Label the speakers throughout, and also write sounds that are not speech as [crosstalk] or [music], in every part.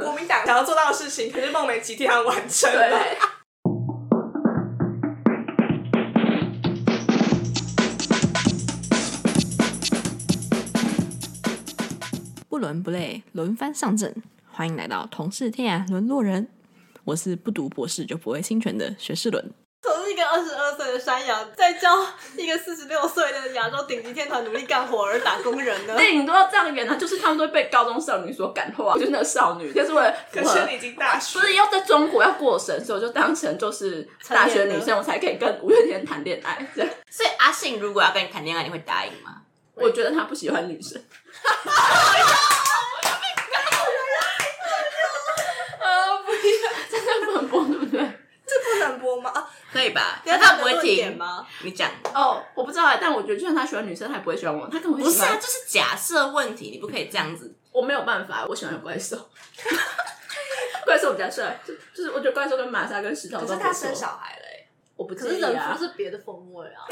Speaker 1: 国民党想要做到的事情，可是梦寐集体上完成
Speaker 2: 对
Speaker 1: 了。，
Speaker 2: 不伦不类，轮番上阵。欢迎来到同是天涯沦落人，我是不读博士就不会侵权的学士伦。
Speaker 3: 可是一个二十二岁的山羊在教一个四十六岁的亚洲顶级天团努力干活而打工人
Speaker 4: [laughs]
Speaker 3: 呢？
Speaker 2: 电影都要这样演啊，就是他们都会被高中少女所感化，就是那个少女，就是为了符
Speaker 1: 可
Speaker 2: 合
Speaker 1: 是你已经大学
Speaker 2: 不，是要在中国要过审，所以我就当成就是大学女
Speaker 3: 成年
Speaker 2: [laughs] 生，
Speaker 3: 了
Speaker 2: 我才可以跟五月天谈恋爱。这样，
Speaker 4: 所以阿信如果要跟你谈恋爱，你会答应吗？
Speaker 2: 我觉得他不喜欢女 [laughs] 生。呃，不要，真的不能播，对不对？
Speaker 1: 这不能播吗？啊，
Speaker 4: 可以吧？
Speaker 3: 等一下
Speaker 4: 他
Speaker 3: 他
Speaker 4: 不
Speaker 3: 有
Speaker 4: 会
Speaker 3: 论点
Speaker 4: 停？
Speaker 3: 吗？
Speaker 4: 你讲
Speaker 2: 哦，我不知道哎，但我觉得就算他喜欢女生，他也不会喜欢我，他跟我
Speaker 4: 不
Speaker 2: 喜
Speaker 4: 是啊，
Speaker 2: 欢，
Speaker 4: 就是假设问题，你不可以这样子。
Speaker 2: 我没有办法，我喜欢怪兽。 [laughs] 怪兽比较帅，就就是我觉得怪兽跟玛莎跟石头都
Speaker 1: 可
Speaker 2: 不
Speaker 1: 是
Speaker 2: 错。
Speaker 1: 他生小孩了欸，
Speaker 2: 我不介
Speaker 3: 可是
Speaker 2: 意
Speaker 3: 人
Speaker 2: 啊
Speaker 3: 夫，是别的风味啊，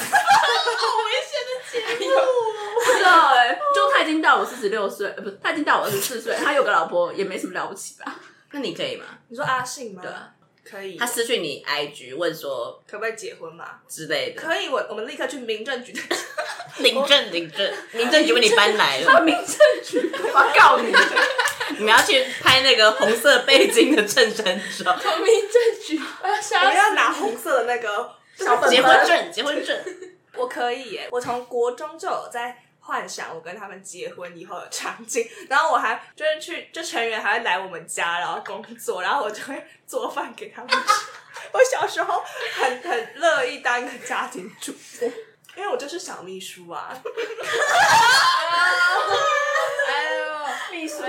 Speaker 2: 不知道哎、就他已经到我四十六岁，呃不，他已经到我二十四岁，他有个老婆也没什么了不起吧？
Speaker 4: 那你可以吗？
Speaker 1: 你说阿信吗？
Speaker 4: 对啊，
Speaker 1: 可以。
Speaker 4: 他私讯你 IG 问说
Speaker 1: 可不可以结婚嘛？
Speaker 4: 之类的，
Speaker 1: 可以，我我们立刻去民政局。
Speaker 4: 领证领证，领证局为你搬来了，
Speaker 2: 民政局，我要告你！
Speaker 4: [laughs] 你们要去拍那个红色背巾的衬衫照，
Speaker 2: 民政局，我要
Speaker 1: 我
Speaker 2: 杀
Speaker 1: 们
Speaker 2: 死
Speaker 1: 要拿红色的那个小本本。
Speaker 4: 结婚证结婚证，
Speaker 1: 我可以耶！我从国中就有在幻想我跟他们结婚以后的场景，然后我还就是去，就成员还会来我们家，然后工作，然后我就会做饭给他们吃。 [laughs] 我小时候很很乐意当一个家庭主妇，因为我就是小秘书啊。 [laughs]
Speaker 2: 秘书。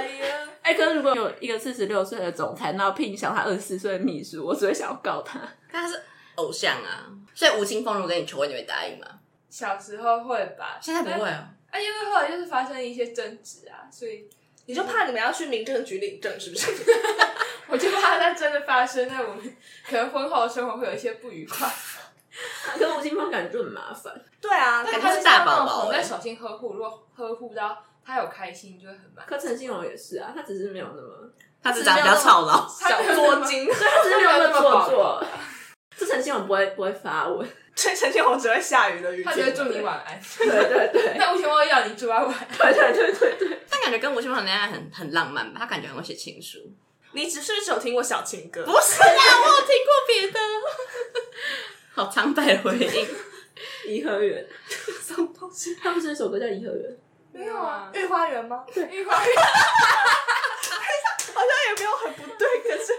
Speaker 2: 哎、可是如果有一个四十六岁的总裁，然后聘小他二十四岁的秘书，我只会想要告他。
Speaker 4: 他是偶像啊。所以吴青峰如果跟你求婚，你会答应吗？
Speaker 5: 小时候会吧，
Speaker 4: 现在不会哦。
Speaker 5: 啊，因为后来就是发生一些争执啊，所以
Speaker 1: 你就怕你们要去民政局领证是不是？ [laughs]
Speaker 5: 我就怕它真的发生在我们可能婚后的生活会有一些不愉
Speaker 4: [laughs]
Speaker 5: 快。
Speaker 2: 可是吴青峰感觉就很麻烦，
Speaker 1: 对啊，
Speaker 5: 但
Speaker 4: 感觉
Speaker 5: 它
Speaker 4: 是
Speaker 5: 是
Speaker 4: 大
Speaker 5: 要
Speaker 4: 宝
Speaker 5: 那
Speaker 4: 宝
Speaker 5: 种
Speaker 4: 欸
Speaker 5: 在手心呵护，如果呵护到他有开心，就会很满。
Speaker 2: 可陈信荣也是啊，他只是没有那么，
Speaker 4: 他只长得比较操劳， [laughs]
Speaker 1: 小捉精。
Speaker 2: 他只是没有那么
Speaker 5: 没有那
Speaker 2: 做
Speaker 5: 么
Speaker 2: 作。这陈信荣不会不会发文，
Speaker 1: 所以陈建宏只会下雨的雨
Speaker 4: [laughs]
Speaker 5: 他就会
Speaker 1: 天。
Speaker 5: 祝你晚安。
Speaker 2: 对对对
Speaker 5: 那吴青峰要你祝他晚安，
Speaker 2: 对对对对对。
Speaker 4: 他感觉跟吴青峰谈恋爱很很浪漫吧？他感觉很会写情书。
Speaker 1: 你只是只有听过小情歌，
Speaker 4: 不是啊，我有听过别的。 [laughs] 好苍白的回应，
Speaker 2: 颐和园，
Speaker 1: 什么东西？
Speaker 2: 他们是有一首歌叫《颐和园
Speaker 1: 没有啊，御花园吗？
Speaker 5: 一块
Speaker 1: 好像也没有很不对，可是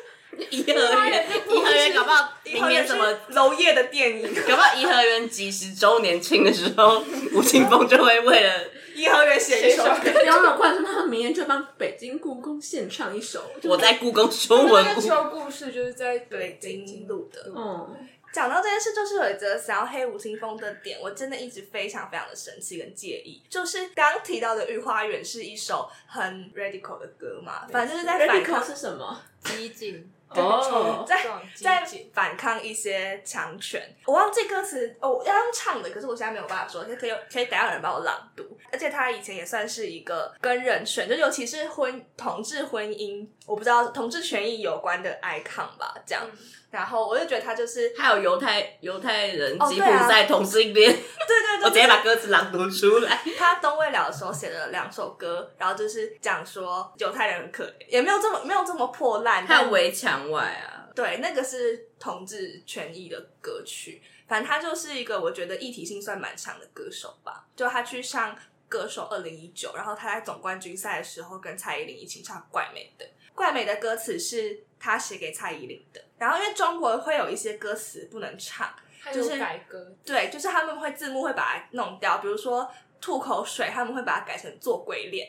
Speaker 4: 颐和 [laughs] 园，颐和园搞不好明年什么，
Speaker 1: 娄烨的电影，
Speaker 4: 搞不好颐和园几十周年庆的时候，吴青峰就会为了
Speaker 1: 颐和园写一首歌。》，
Speaker 2: 不要那么快说，他们明年就帮北京故宫献唱一首。
Speaker 4: 我在故宫修
Speaker 5: 那
Speaker 4: 文物。
Speaker 5: 个秋故事就是在
Speaker 1: 北
Speaker 5: 北
Speaker 1: 京
Speaker 5: 京
Speaker 1: 录的。
Speaker 2: 哦，
Speaker 1: 讲到这件事，就是有一则想要黑吴青峰的点，我真的一直非常非常的生气跟介意。就是刚提到的《御花园》是一首很 radical 的歌嘛，反正就是在反
Speaker 2: radical
Speaker 1: 抗
Speaker 2: 是什么？
Speaker 3: 激进
Speaker 2: 哦，
Speaker 1: 在在
Speaker 5: 在
Speaker 1: 反抗一些强权。我忘记歌词，哦，我要用唱的，可是我现在没有办法说，可以可以可以等一下有人帮我朗读。而且他以前也算是一个跟人权，就尤其是婚同志婚姻，我不知道同志权益有关的 icon 吧，这样。然后我就觉得他就是，对
Speaker 4: [laughs] 还有犹太犹太人、
Speaker 1: 哦
Speaker 4: 吉普
Speaker 1: 对啊
Speaker 4: 赛同性恋，
Speaker 1: 对对，
Speaker 4: 我直接把歌词朗读出 [laughs] 来。
Speaker 1: 他东未了的时候写了两首歌，然后就是讲说犹太人很可怜，也没有这么没有这么破烂，
Speaker 4: 还
Speaker 1: 但
Speaker 4: 有围墙外啊，
Speaker 1: 对，那个是同志权益的歌曲。反正他就是一个我觉得议题性算蛮强的歌手吧。就他去上歌手二零一九，然后他在总冠军赛的时候跟蔡依林一起唱《怪美的》，《怪美的》歌词是他写给蔡依林的。然后因为中国会有一些歌词不能唱，
Speaker 5: 就
Speaker 1: 就是
Speaker 5: 是改革，
Speaker 1: 对，就是他们会字幕会把它弄掉，比如说吐口水，他们会把它改成做鬼脸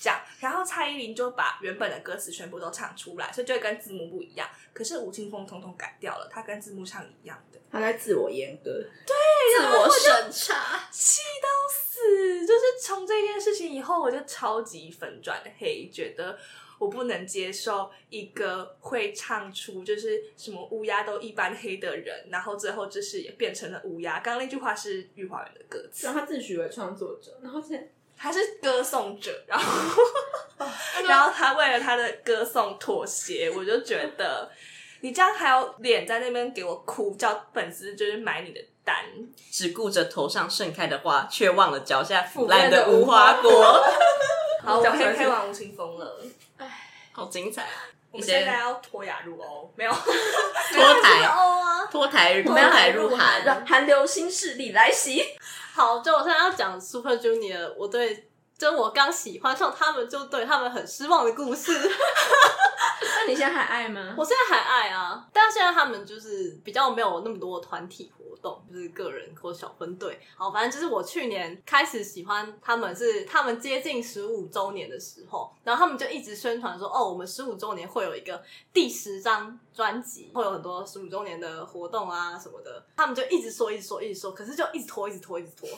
Speaker 1: 这样。然后蔡依林就把原本的歌词全部都唱出来，所以就会跟字幕不一样。可是吴青峰统统改掉了，他跟字幕唱一样的，
Speaker 2: 他在自我阉割。
Speaker 4: 自我审查。
Speaker 1: 气到死！就是从这件事情以后，我就超级粉转黑，觉得。我不能接受一个会唱出就是什么乌鸦都一般黑的人，然后最后就是也变成了乌鸦。刚刚那句话是玉华园的歌词，
Speaker 2: 然后他自诩为创作者，然后现在
Speaker 1: 他是歌颂者， [laughs] 然
Speaker 6: 哦
Speaker 1: 后然后他为了他的歌颂妥协，我就觉 [laughs] 得你这样还有脸在那边给我哭，叫粉丝就是买你的单，
Speaker 5: 只顾着头上盛开的花，却忘了脚下腐烂
Speaker 2: 腐烂
Speaker 5: 的
Speaker 2: 的
Speaker 5: 无花果。
Speaker 1: 好，我
Speaker 2: 讲
Speaker 1: 们可
Speaker 2: 出
Speaker 1: 以
Speaker 2: 来
Speaker 1: 开往吴青峰了。
Speaker 5: [laughs] 好精彩！啊
Speaker 1: 我们现在要脱亚入欧，
Speaker 6: [laughs]
Speaker 1: 没有
Speaker 5: 脱台
Speaker 6: 哦啊！
Speaker 5: 脱台脱
Speaker 6: 们要
Speaker 5: 台入
Speaker 6: 啊
Speaker 5: 韩，
Speaker 7: 让韩流新势力来袭。
Speaker 6: 好，就我现在要讲 Super Junior，我对，就我刚喜欢上他们，就对他们很失望的故事。
Speaker 7: 那你现在还爱吗？
Speaker 6: 我现在还爱啊，但现在他们就是比较没有那么多团体活动，就是个人或小分队。好，反正就是我去年开始喜欢他们是他们接近十五周年的时候，然后他们就一直宣传说，哦，我们十五周年会有一个第十张专辑，会有很多十五周年的活动啊什么的。他们就一直说，一直说，一直说，可是就一直拖，一直拖，一直拖。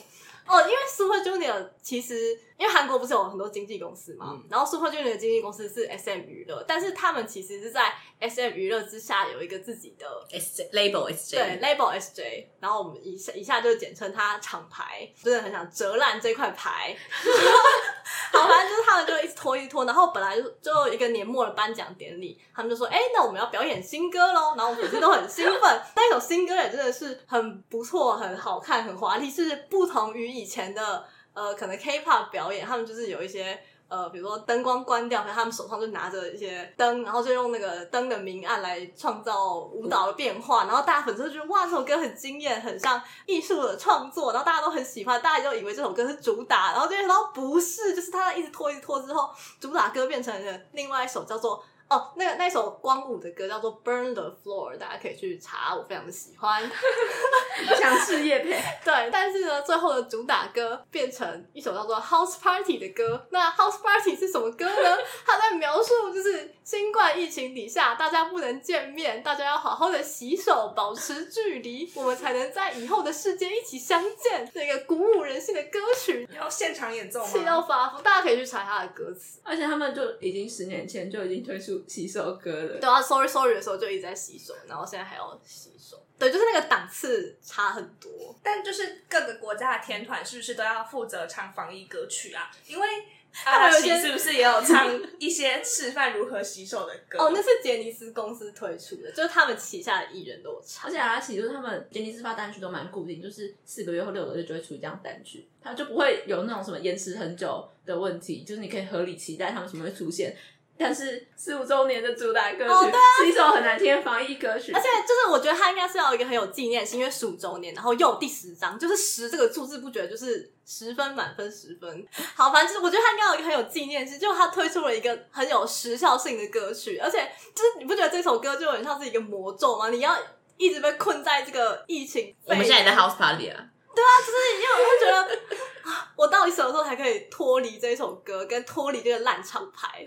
Speaker 6: 哦，因为 Super Junior 其实，因为韩国不是有很多经纪公司嘛，
Speaker 5: 嗯
Speaker 6: 然后 Super Junior 的经纪公司是 SM 娱乐，但是他们其实是在 SM 娱乐之下有一个自己的
Speaker 5: S J label S
Speaker 6: 对
Speaker 5: J，
Speaker 6: label SJ，然后我们以下以下就简称它厂牌，真的很想折烂这块牌。 [laughs] 好，反正就是他们就一直拖一直拖，然后本来就就有一个年末的颁奖典礼，他们就说，哎、那我们要表演新歌喽，然后我们粉丝都很兴奋，那首新歌也真的是很不错，很好看，很华丽，是不同于以前的呃，可能 K-pop 表演，他们就是有一些呃，比如说灯光关掉，可能他们手上就拿着一些灯，然后就用那个灯的明暗来创造舞蹈的变化，然后大家粉丝就觉得哇，这首歌很惊艳，很像艺术的创作，然后大家都很喜欢，大家就以为这首歌是主打，然后就然后不是，就是他一直拖一直拖之后，主打歌变成了另外一首叫做。哦，那个那首光舞的歌叫做《Burn the Floor》，大家可以去查，我非常的喜欢。 [laughs]
Speaker 7: 想事业配，
Speaker 6: 对，但是呢，最后的主打歌变成一首叫做《House Party》的歌。那《House Party》是什么歌呢？ [laughs] 它在描述就是新冠疫情底下，大家不能见面，大家要好好的洗手，保持距离，我们才能在以后的世界一起相见。那个鼓舞人心的歌曲，
Speaker 1: 你要现场演奏
Speaker 6: 气到
Speaker 1: 吗？
Speaker 6: 发疯。大家可以去查它的歌词。
Speaker 2: 而且他们就已经十年前就已经推出洗手歌了。
Speaker 6: 对啊，Sorry Sorry 的时候就一直在洗手，然后现在还要洗手。对，就是那个档次差很多。
Speaker 1: 但就是各个国家的天团是不是都要负责唱防疫歌曲啊？因为阿
Speaker 6: 他
Speaker 1: 拉
Speaker 6: 们有
Speaker 1: 西
Speaker 6: 些
Speaker 1: 是不是也有唱一些示范如何洗手的歌？
Speaker 6: 哦，那是杰尼斯公司推出的，就是他们旗下的艺人都有唱。
Speaker 2: 而且阿拉奇就是他们杰尼斯发单曲都蛮固定，就是四个月或六个月就会出一张单曲，他就不会有那种什么延迟很久的问题，就是你可以合理期待他们什么会出现。但是十五周年的主打歌曲、
Speaker 6: 哦对
Speaker 2: 是一首很难听的防疫歌曲，
Speaker 6: 而且就是我觉得他应该是要有一个很有纪念性，因为十五周年，然后又有第十章，就是十这个数字不觉得就是十分满分十分。好，反正就是我觉得他应该有一个很有纪念性，就他推出了一个很有时效性的歌曲，而且就是你不觉得这首歌就很像是一个魔咒吗？你要。一直被困在这个疫情，
Speaker 5: 我们现在也在 house party 啊，
Speaker 6: 因为我会觉得，啊我到底什么时候才可以脱离这首歌，跟脱离这个烂厂牌？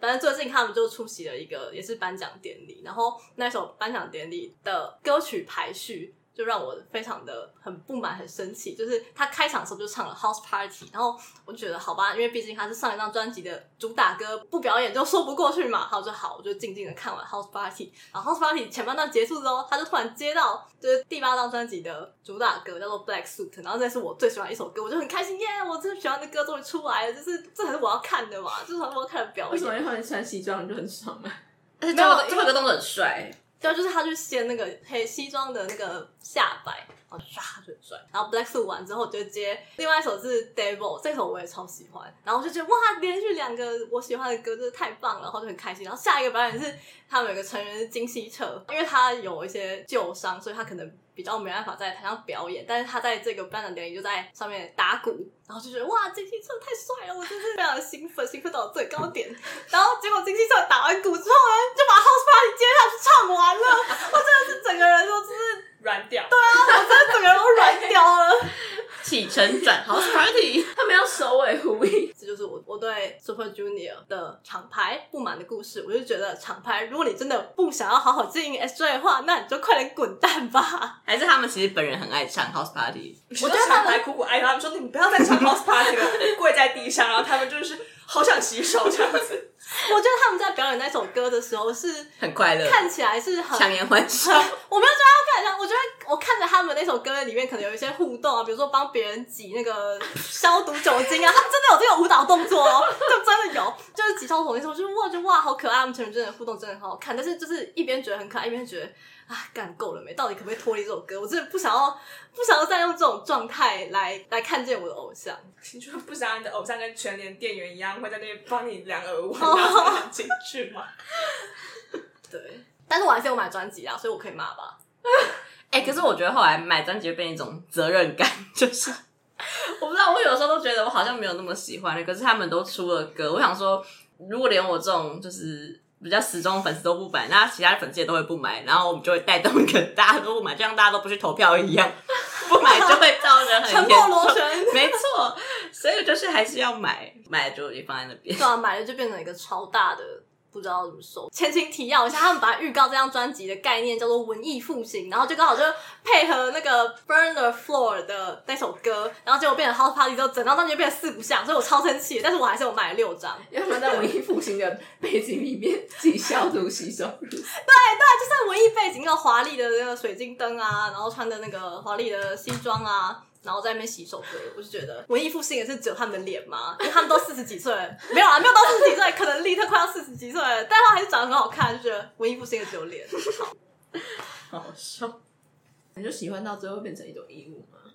Speaker 6: 反正最近他们就出席了一个也是颁奖典礼，然后那首颁奖典礼的歌曲排序就让我非常的很不满、很生气。就是他开场的时候就唱了《House Party》，然后我就觉得好吧，因为毕竟他是上一张专辑的主打歌，不表演就说不过去嘛。好就好，我就静静的看完《House Party》，然后《House Party》前半段结束之后，他就突然接到就是第八张专辑的主打歌叫做《Black Suit》，然后这是我最喜欢的一首歌，我就很开心耶！我最喜欢的歌终于出来了，就是这才是我要看的嘛，这才是我要看的表演。
Speaker 2: 为什么会穿西装你就很爽啊嘛？
Speaker 5: 而且最后
Speaker 6: 没有
Speaker 5: 最后一个动作很帅，
Speaker 6: 对啊，就是他去掀那个黑西装的那个下摆，然后唰就很帅。然后 Black Suit 完之后就接另外一首是 Devil，这首我也超喜欢。然后我就觉得哇，连续两个我喜欢的歌真的太棒了，然后就很开心。然后下一个表演是他们有个成员是金希澈，因为他有一些旧伤，所以他可能比较没办法在台上表演，但是他在这个颁奖典礼就在上面打鼓，然后就觉得哇，金希澈太帅了，我真是非常的兴奋，兴奋到最高点。然后结果金希澈打完鼓之后呢，就把 House Party 接下去唱完了，我真的是整个人都就是，啊
Speaker 1: 软掉，
Speaker 6: 我真的整个人都软掉了。
Speaker 5: 起承转 house party，
Speaker 2: 他们要首尾呼应，
Speaker 6: [laughs] 这就是我我对 Super Junior 的厂牌不满的故事。我就觉得厂牌，如果你真的不想要好好经营 SJ 的话，那你就快点滚蛋吧。 [laughs]
Speaker 5: 还是他们其实本人很爱唱 house party，
Speaker 1: 我就上台苦苦哀求他们说：“你们不要再唱 house party 了， [laughs] 跪在地上。”然后他们就是好想洗手这样子。
Speaker 6: 我觉得他们在表演那首歌的时候是
Speaker 5: 很快乐，
Speaker 6: 看起来是很
Speaker 5: 强颜欢笑。
Speaker 6: 我没有说他看起来像，我觉得我看着他们那首歌里面，可能有一些互动啊，比如说帮别人挤那个消毒酒精啊，他们真的有这种舞蹈动作哦，就真的有，就是挤消毒酒精，我就哇就哇好可爱，他们成员真的互动真的很好看，但是就是一边觉得很可爱，一边觉得啊干够了没，到底可不可以脱离这首歌？我真的不想要不想要再用这种状态来来看见我的偶像。
Speaker 1: [laughs] 你就不想让你的偶像跟全联店员一样，会在那边帮你量耳 [laughs] 温，然后才能进去吗？
Speaker 6: 对，但是我还是有买专辑啊，所以我可以骂吧。
Speaker 4: 哎、可是我觉得后来买专辑会变一种责任感，就是我不知道，我有时候都觉得我好像没有那么喜欢了。可是他们都出了歌，我想说，如果连我这种就是比较死忠的粉丝都不买，那其他粉丝也都会不买，然后我们就会带动一个大家都不买，就像大家都不去投票一样，不买就会造成很
Speaker 6: 沉
Speaker 4: 严
Speaker 6: 默
Speaker 4: 重
Speaker 6: 螺旋，
Speaker 4: 没错，所以就是还是要买，买了就也放在那边
Speaker 6: 对。啊，买了就变成一个超大的，不知道怎么收。前情提要一下，他们把预告这张专辑的概念叫做文艺复兴，然后就刚好就配合那个 Burn the Floor 的那首歌，然后结果变成 House Party 之后，整张专辑就变成四不像，所以我超生气，但是我还是有买了六张。
Speaker 2: 要不然在文艺复兴的背景里面，自己消毒洗手乳，
Speaker 6: 就是文艺背景，那个华丽的那个水晶灯啊，然后穿的那个华丽的西装啊。然后在那边洗手歌，我就觉得文艺复兴也是只有他们的脸吗？因为他们都四十几岁了，没有啊，没有到四十几岁，可能立特快要四十几岁了，但他还是长得很好看，就觉得文艺复兴也只有脸。
Speaker 4: 好笑，
Speaker 2: 你就喜欢到最后变成一种义务吗？
Speaker 1: [laughs]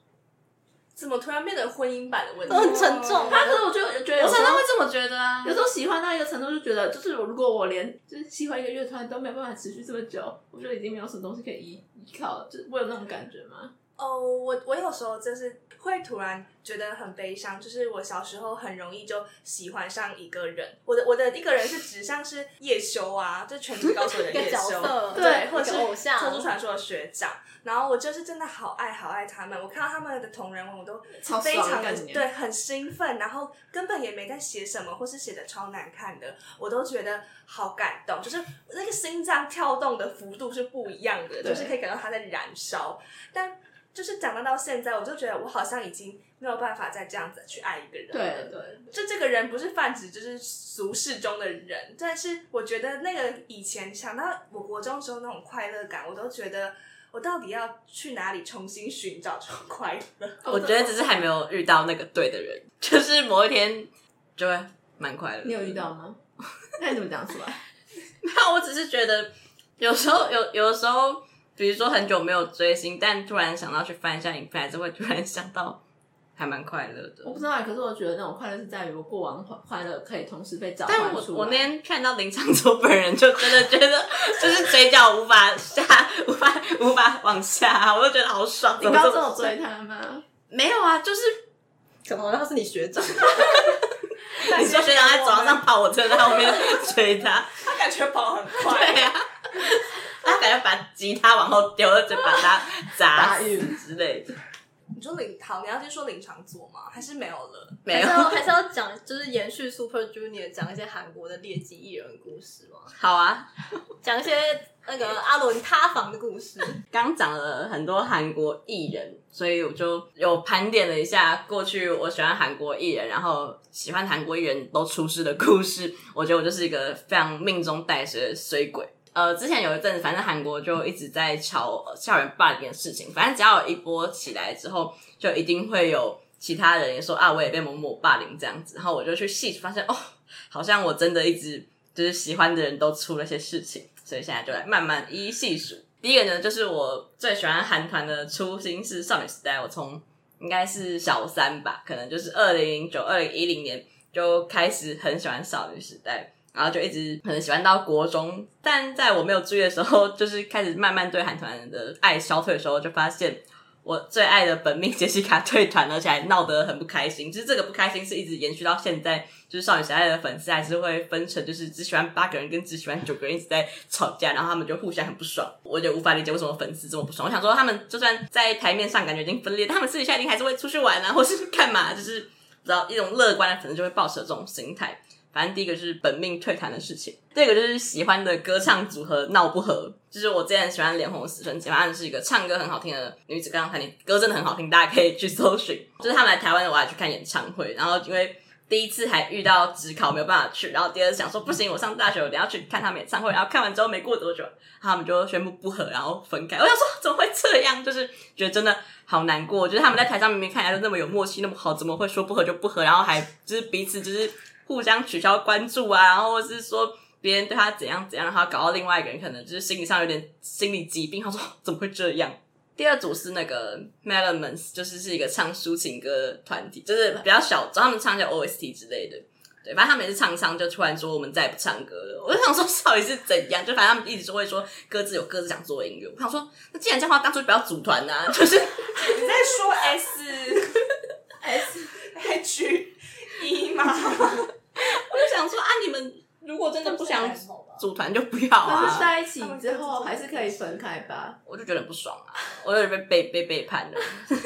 Speaker 1: 怎么突然变成婚姻版嗯的问题？
Speaker 6: 都很沉重啊
Speaker 2: 他可能我就觉得有
Speaker 4: 我
Speaker 2: 时
Speaker 4: 常常
Speaker 2: 候
Speaker 4: 会。这么觉得啊
Speaker 2: 有。时候喜欢到一个程度，就觉得就是我如果我连就是喜欢一个乐团都没有办法持续这么久，我就已经没有什么东西可以依依靠了，就是我有那种感觉吗？
Speaker 1: 哦，我我有时候就是会突然觉得很悲伤，就是我小时候很容易就喜欢上一个人。我的我的一个人是指像是叶修啊，就全职高手的
Speaker 6: 一
Speaker 1: [laughs]
Speaker 6: 个
Speaker 1: 叶
Speaker 6: 角
Speaker 1: 修，
Speaker 6: 色
Speaker 1: 对，
Speaker 6: 一
Speaker 1: 或
Speaker 6: 个
Speaker 1: 者是
Speaker 6: 偶像
Speaker 1: 特殊传说的学长。然后我就是真的好爱好爱他们，我看到他们的同人文我都
Speaker 2: 超
Speaker 1: 非常的
Speaker 2: 感觉，
Speaker 1: 对，很兴奋，然后根本也没在写什么，或是写的超难看的，我都觉得好感动，就是那个心脏跳动的幅度是不一样的，就
Speaker 2: 对
Speaker 1: 是可以感到它在燃烧。但就是长大到现在，我就觉得我好像已经没有办法再这样子去爱一个人了。
Speaker 2: 对对，
Speaker 1: 就这个人不是泛指就是俗世中的人，但是我觉得那个以前想到我国中的时候那种快乐感，我都觉得我到底要去哪里重新寻找这种
Speaker 4: [laughs]
Speaker 1: 快乐？
Speaker 4: 我觉得只是还没有遇到那个对的人，就是某一天就会蛮快乐。
Speaker 2: 你有遇？到吗？ [laughs] 那你怎么讲出来？
Speaker 4: 那我只是觉得有时候有有时候，比如说很久没有追星，但突然想到去翻一下影片，还是会突然想到，还蛮快乐的
Speaker 2: 我。不知道，啊可是我觉得那种快乐是在于我过往快快乐可以同时被召
Speaker 4: 但
Speaker 2: 唤
Speaker 4: 我啊
Speaker 2: 出来。
Speaker 4: 我那天看到林长洲本人，就真的觉得就是嘴角无法下，无法无法往下，我就觉得好爽。
Speaker 2: 你
Speaker 4: 怎么
Speaker 2: 高
Speaker 4: 这
Speaker 2: 中
Speaker 4: 么
Speaker 2: 有追他吗？
Speaker 4: 没有啊？就是啊
Speaker 6: 怎么他是你学长？
Speaker 4: 你说学长在走廊上跑，我真的在后面追他。
Speaker 1: 他感觉跑很快。
Speaker 4: [laughs] 对呀、他感觉把吉他往后丢，而且把它 [laughs] 砸晕之类的。
Speaker 1: 你说领好，你要先说领长做吗？还是没有了？
Speaker 4: 没有
Speaker 6: 还是，要还是要讲，就是延续 Super Junior 讲一些韩国的劣迹艺人故事嘛，
Speaker 4: 好啊，
Speaker 6: 讲一些那个阿伦塌房的故事。
Speaker 4: 刚讲了很多韩国艺人，所以我就有盘点了一下过去我喜欢韩国艺人，然后喜欢韩国艺人都出事的故事。我觉得我就是一个非常命中带水的水鬼。呃，之前有一阵子，反正韩国就一直在吵呃校园霸凌的事情，反正只要有一波起来之后，就一定会有其他人也说啊，我也被某某霸凌这样子，然后我就去细数发现哦，好像我真的一直就是喜欢的人都出了些事情，所以现在就来慢慢一一细数。第一个呢，就是我最喜欢韩团的初心是少女时代，我从应该是小三吧，可能就是二零零九、二零一零年就开始很喜欢少女时代，然后就一直很喜欢到国中，但在我没有注意的时候，就是开始慢慢对韩团的爱消退的时候，就发现我最爱的本命杰西卡退团，而且还闹得很不开心。就是这个不开心是一直延续到现在，就是少女时代的粉丝还是会分成，就是只喜欢八个人跟只喜欢九个人一直在吵架，然后他们就互相很不爽。我就无法理解为什么粉丝这么不爽。我想说，他们就算在台面上感觉已经分裂，他们私底下一定还是会出去玩啊，或是干嘛，就是不知道一种乐观的粉丝就会抱持这种心态。反正第一个就是本命退团的事情，第二个就是喜欢的歌唱组合闹不和。就是我之前喜欢脸红死神节，反正是一个唱歌很好听的女子歌唱团体，歌真的很好听，大家可以去搜寻。就是他们来台湾，我还去看演唱会，然后因为第一次还遇到职考没有办法去，然后第二次想说不行，我上大学我等下去看他们演唱会，然后看完之后没过多久，他们就宣布不和，然后分开。 [laughs] 我想说怎么会这样？就是觉得真的好难过，就是他们在台上明明看起来就那么有默契，那么好，怎么会说不和就不和？然后还就是彼此就是互相取消关注啊，然后或者是说。别人对他怎样怎样，然后搞到另外一个人可能就是心理上有点心理疾病。他说怎么会这样？第二组是那个 Melomans，就是是一个唱抒情歌团体，就是比较小众，他们唱一些 OST 之类的。对，反正他们也是唱唱，就突然说我们再也不唱歌了。我就想说，到底是怎样？就反正他们一直就会说各自有各自想做的音乐。我想说，那既然这样的话，当初不要组团呐、啊， [laughs] 就是
Speaker 1: 你在说 S [laughs] S H E 吗？
Speaker 4: [laughs] 我就想说啊，你们如果真的不想组团就不要
Speaker 2: 但是
Speaker 4: 啊，
Speaker 2: 在一起之后还是可以分开吧。
Speaker 4: 我就觉得很不爽啊，我有点被被被背叛了。 [laughs]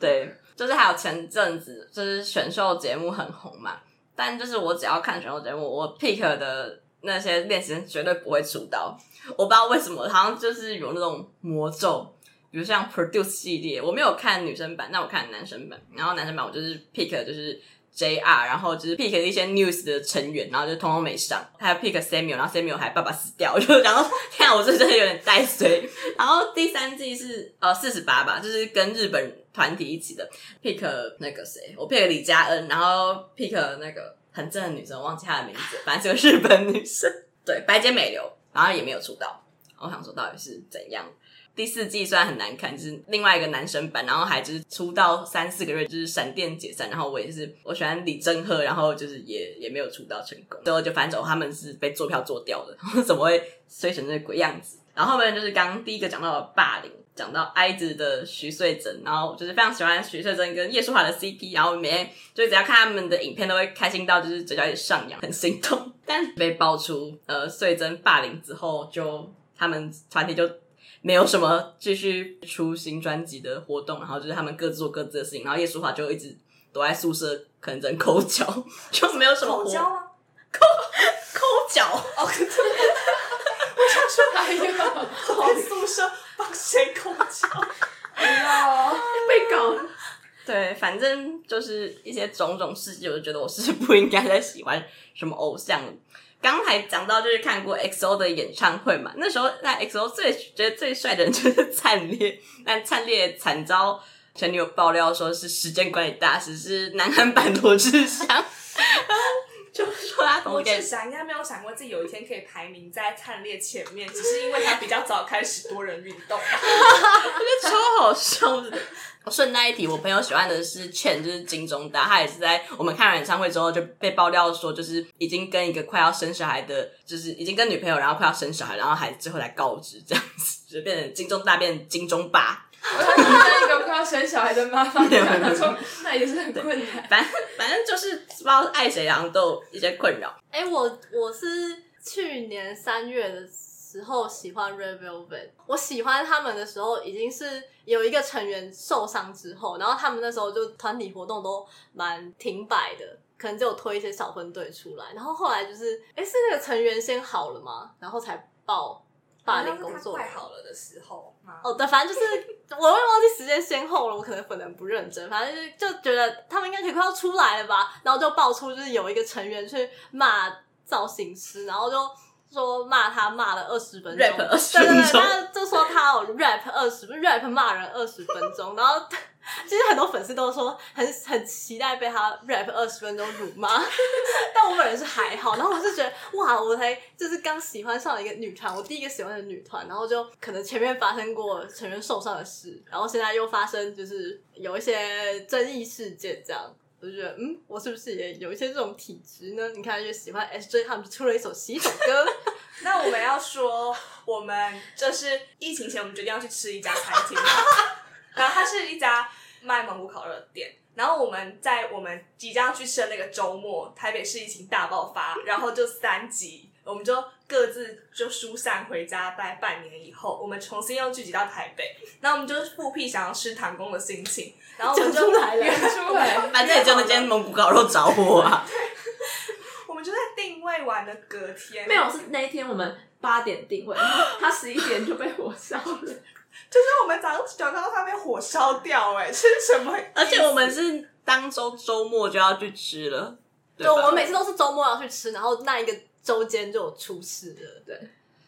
Speaker 4: 对，就是还有前阵子就是选秀节目很红嘛，但就是我只要看选秀节目，我 pick 的那些练习生绝对不会出道。我不知道为什么，好像就是有那种魔咒。比如像 Produce 系列，我没有看女生版，但我看男生版。然后男生版我就是 pick 的就是 JR，然后就是 pick 的一些 News 的成员，然后就通通没上。还有 pick Samuel，然后 Samuel 还爸爸死掉，我就然后 [laughs] 天啊，我这真的有点带衰。然后第三季是呃四十八吧，就是跟日本团体一起的，pick 那个谁，我 pick 李佳恩，然后 pick 那个很正的女生，忘记她的名字，反正是个日本女生， [laughs] 对，白洁美流，然后也没有出道。我想说到底是怎样？第四季虽然很难看，就是另外一个男生版，然后还就是出道三四个月就是闪电解散，然后我也是我喜欢李正赫，然后就是也也没有出道成功，最后就反手他们是被坐票坐掉的， [laughs] 怎么会衰成这个鬼样子？然后后面就是刚刚第一个讲到的霸凌，讲到哀子的徐穗珍，然后我就是非常喜欢徐穗珍跟叶舒华的 CP，然后每天就只要看他们的影片都会开心到就是嘴角有点上扬，很心动。 [laughs] 但被爆出呃穗珍霸凌之后，就他们团体就没有什么继续出新专辑的活动，然后就是他们各自做各自的事情，然后叶舒华就一直躲在宿舍，可能只能抠脚，就没有什么活
Speaker 1: 口交吗？
Speaker 4: 抠脚。
Speaker 2: 哎呦，
Speaker 1: 在宿舍帮谁口交？
Speaker 2: 被搞了
Speaker 4: 对，反正就是一些种种事情，我就觉得我是不应该再喜欢什么偶像了。刚才讲到就是看过 XO 的演唱会嘛，那时候在 XO 最觉得最帅的人就是灿烈，但灿烈惨遭前女友爆料说是时间管理大师，是南韩版罗志祥， [laughs] 然后就说他
Speaker 1: 罗
Speaker 4: 同
Speaker 1: 志
Speaker 4: 点
Speaker 1: 祥应该没有想过自己有一天可以排名在灿烈前面，只是因为他比较早开始多人运动。
Speaker 4: 超好笑 [laughs] 的。哦顺带一提，我朋友喜欢的是倩，就是金钟大，他也是在我们看完演唱会之后就被爆料说，就是已经跟一个快要生小孩的，就是已经跟女朋友，然后快要生小孩，然后还最后才告知这样子，就变成金钟大变成金钟爸。
Speaker 2: 他是跟一个快要生小孩的妈妈讲，他说那也是很困难。
Speaker 4: 反正反正就是不知道爱谁，然后都有一些困扰。
Speaker 6: 哎、我我是去年三月的时候喜欢 Red Velvet，我喜欢他们的时候已经是有一个成员受伤之后，然后他们那时候就团体活动都蛮停摆的。可能只有推一些小分队出来，然后后来就是，哎，是那个成员先好了吗？然后才报霸凌工作。
Speaker 1: 快好了的时候
Speaker 4: 啊
Speaker 1: 吗？
Speaker 6: 哦，对，反正就是我会忘记时间先后了，我可能本人不认真，反正就是就觉得他们应该可以快要出来了吧，然后就爆出就是有一个成员去骂造型师，然后就说骂他骂了二十分钟
Speaker 4: rap 二十
Speaker 6: 对对
Speaker 4: 分
Speaker 6: 对，
Speaker 4: 钟，
Speaker 6: 他就说他有 rap 二十 rap 骂人二十分钟，然后 [laughs] 其实很多粉丝都说很很期待被他 rap 二十分钟辱骂，但我本人是还好，然后我是觉得哇，我才就是刚喜欢上了一个女团，我第一个喜欢的女团，然后就可能前面发生过成员受伤的事，然后现在又发生就是有一些争议事件这样。我就觉得，嗯，我是不是也有一些这种体质呢？你看，就喜欢 S J，他们出了一首洗手歌，
Speaker 1: [laughs] 那我们要说，我们就是疫情前我们决定要去吃一家餐 [laughs] 厅，然后它是一家卖蒙古烤肉的店。然后我们在我们即将去吃的那个周末，台北市疫情大爆发，然后就三级，我们就各自就疏散回家。大概半年以后，我们重新又聚集到台北，然后我们就是复辟想要吃唐宫的心情，然后我们就
Speaker 6: 讲出来了
Speaker 1: 约出来，
Speaker 4: 反正也就那间蒙古烤肉找我啊。
Speaker 1: 我们就在定位完的隔天，
Speaker 2: 没有，是那一天我们八点定位，他十一点就被火烧了。
Speaker 1: 就是我们早上九点到上面火烧掉、哎，是什么？
Speaker 4: 而且我们是当周周末就要去吃了。对
Speaker 6: 就
Speaker 4: 吧
Speaker 6: 我每次都是周末要去吃，然后那一个周间就有出事了。
Speaker 2: 对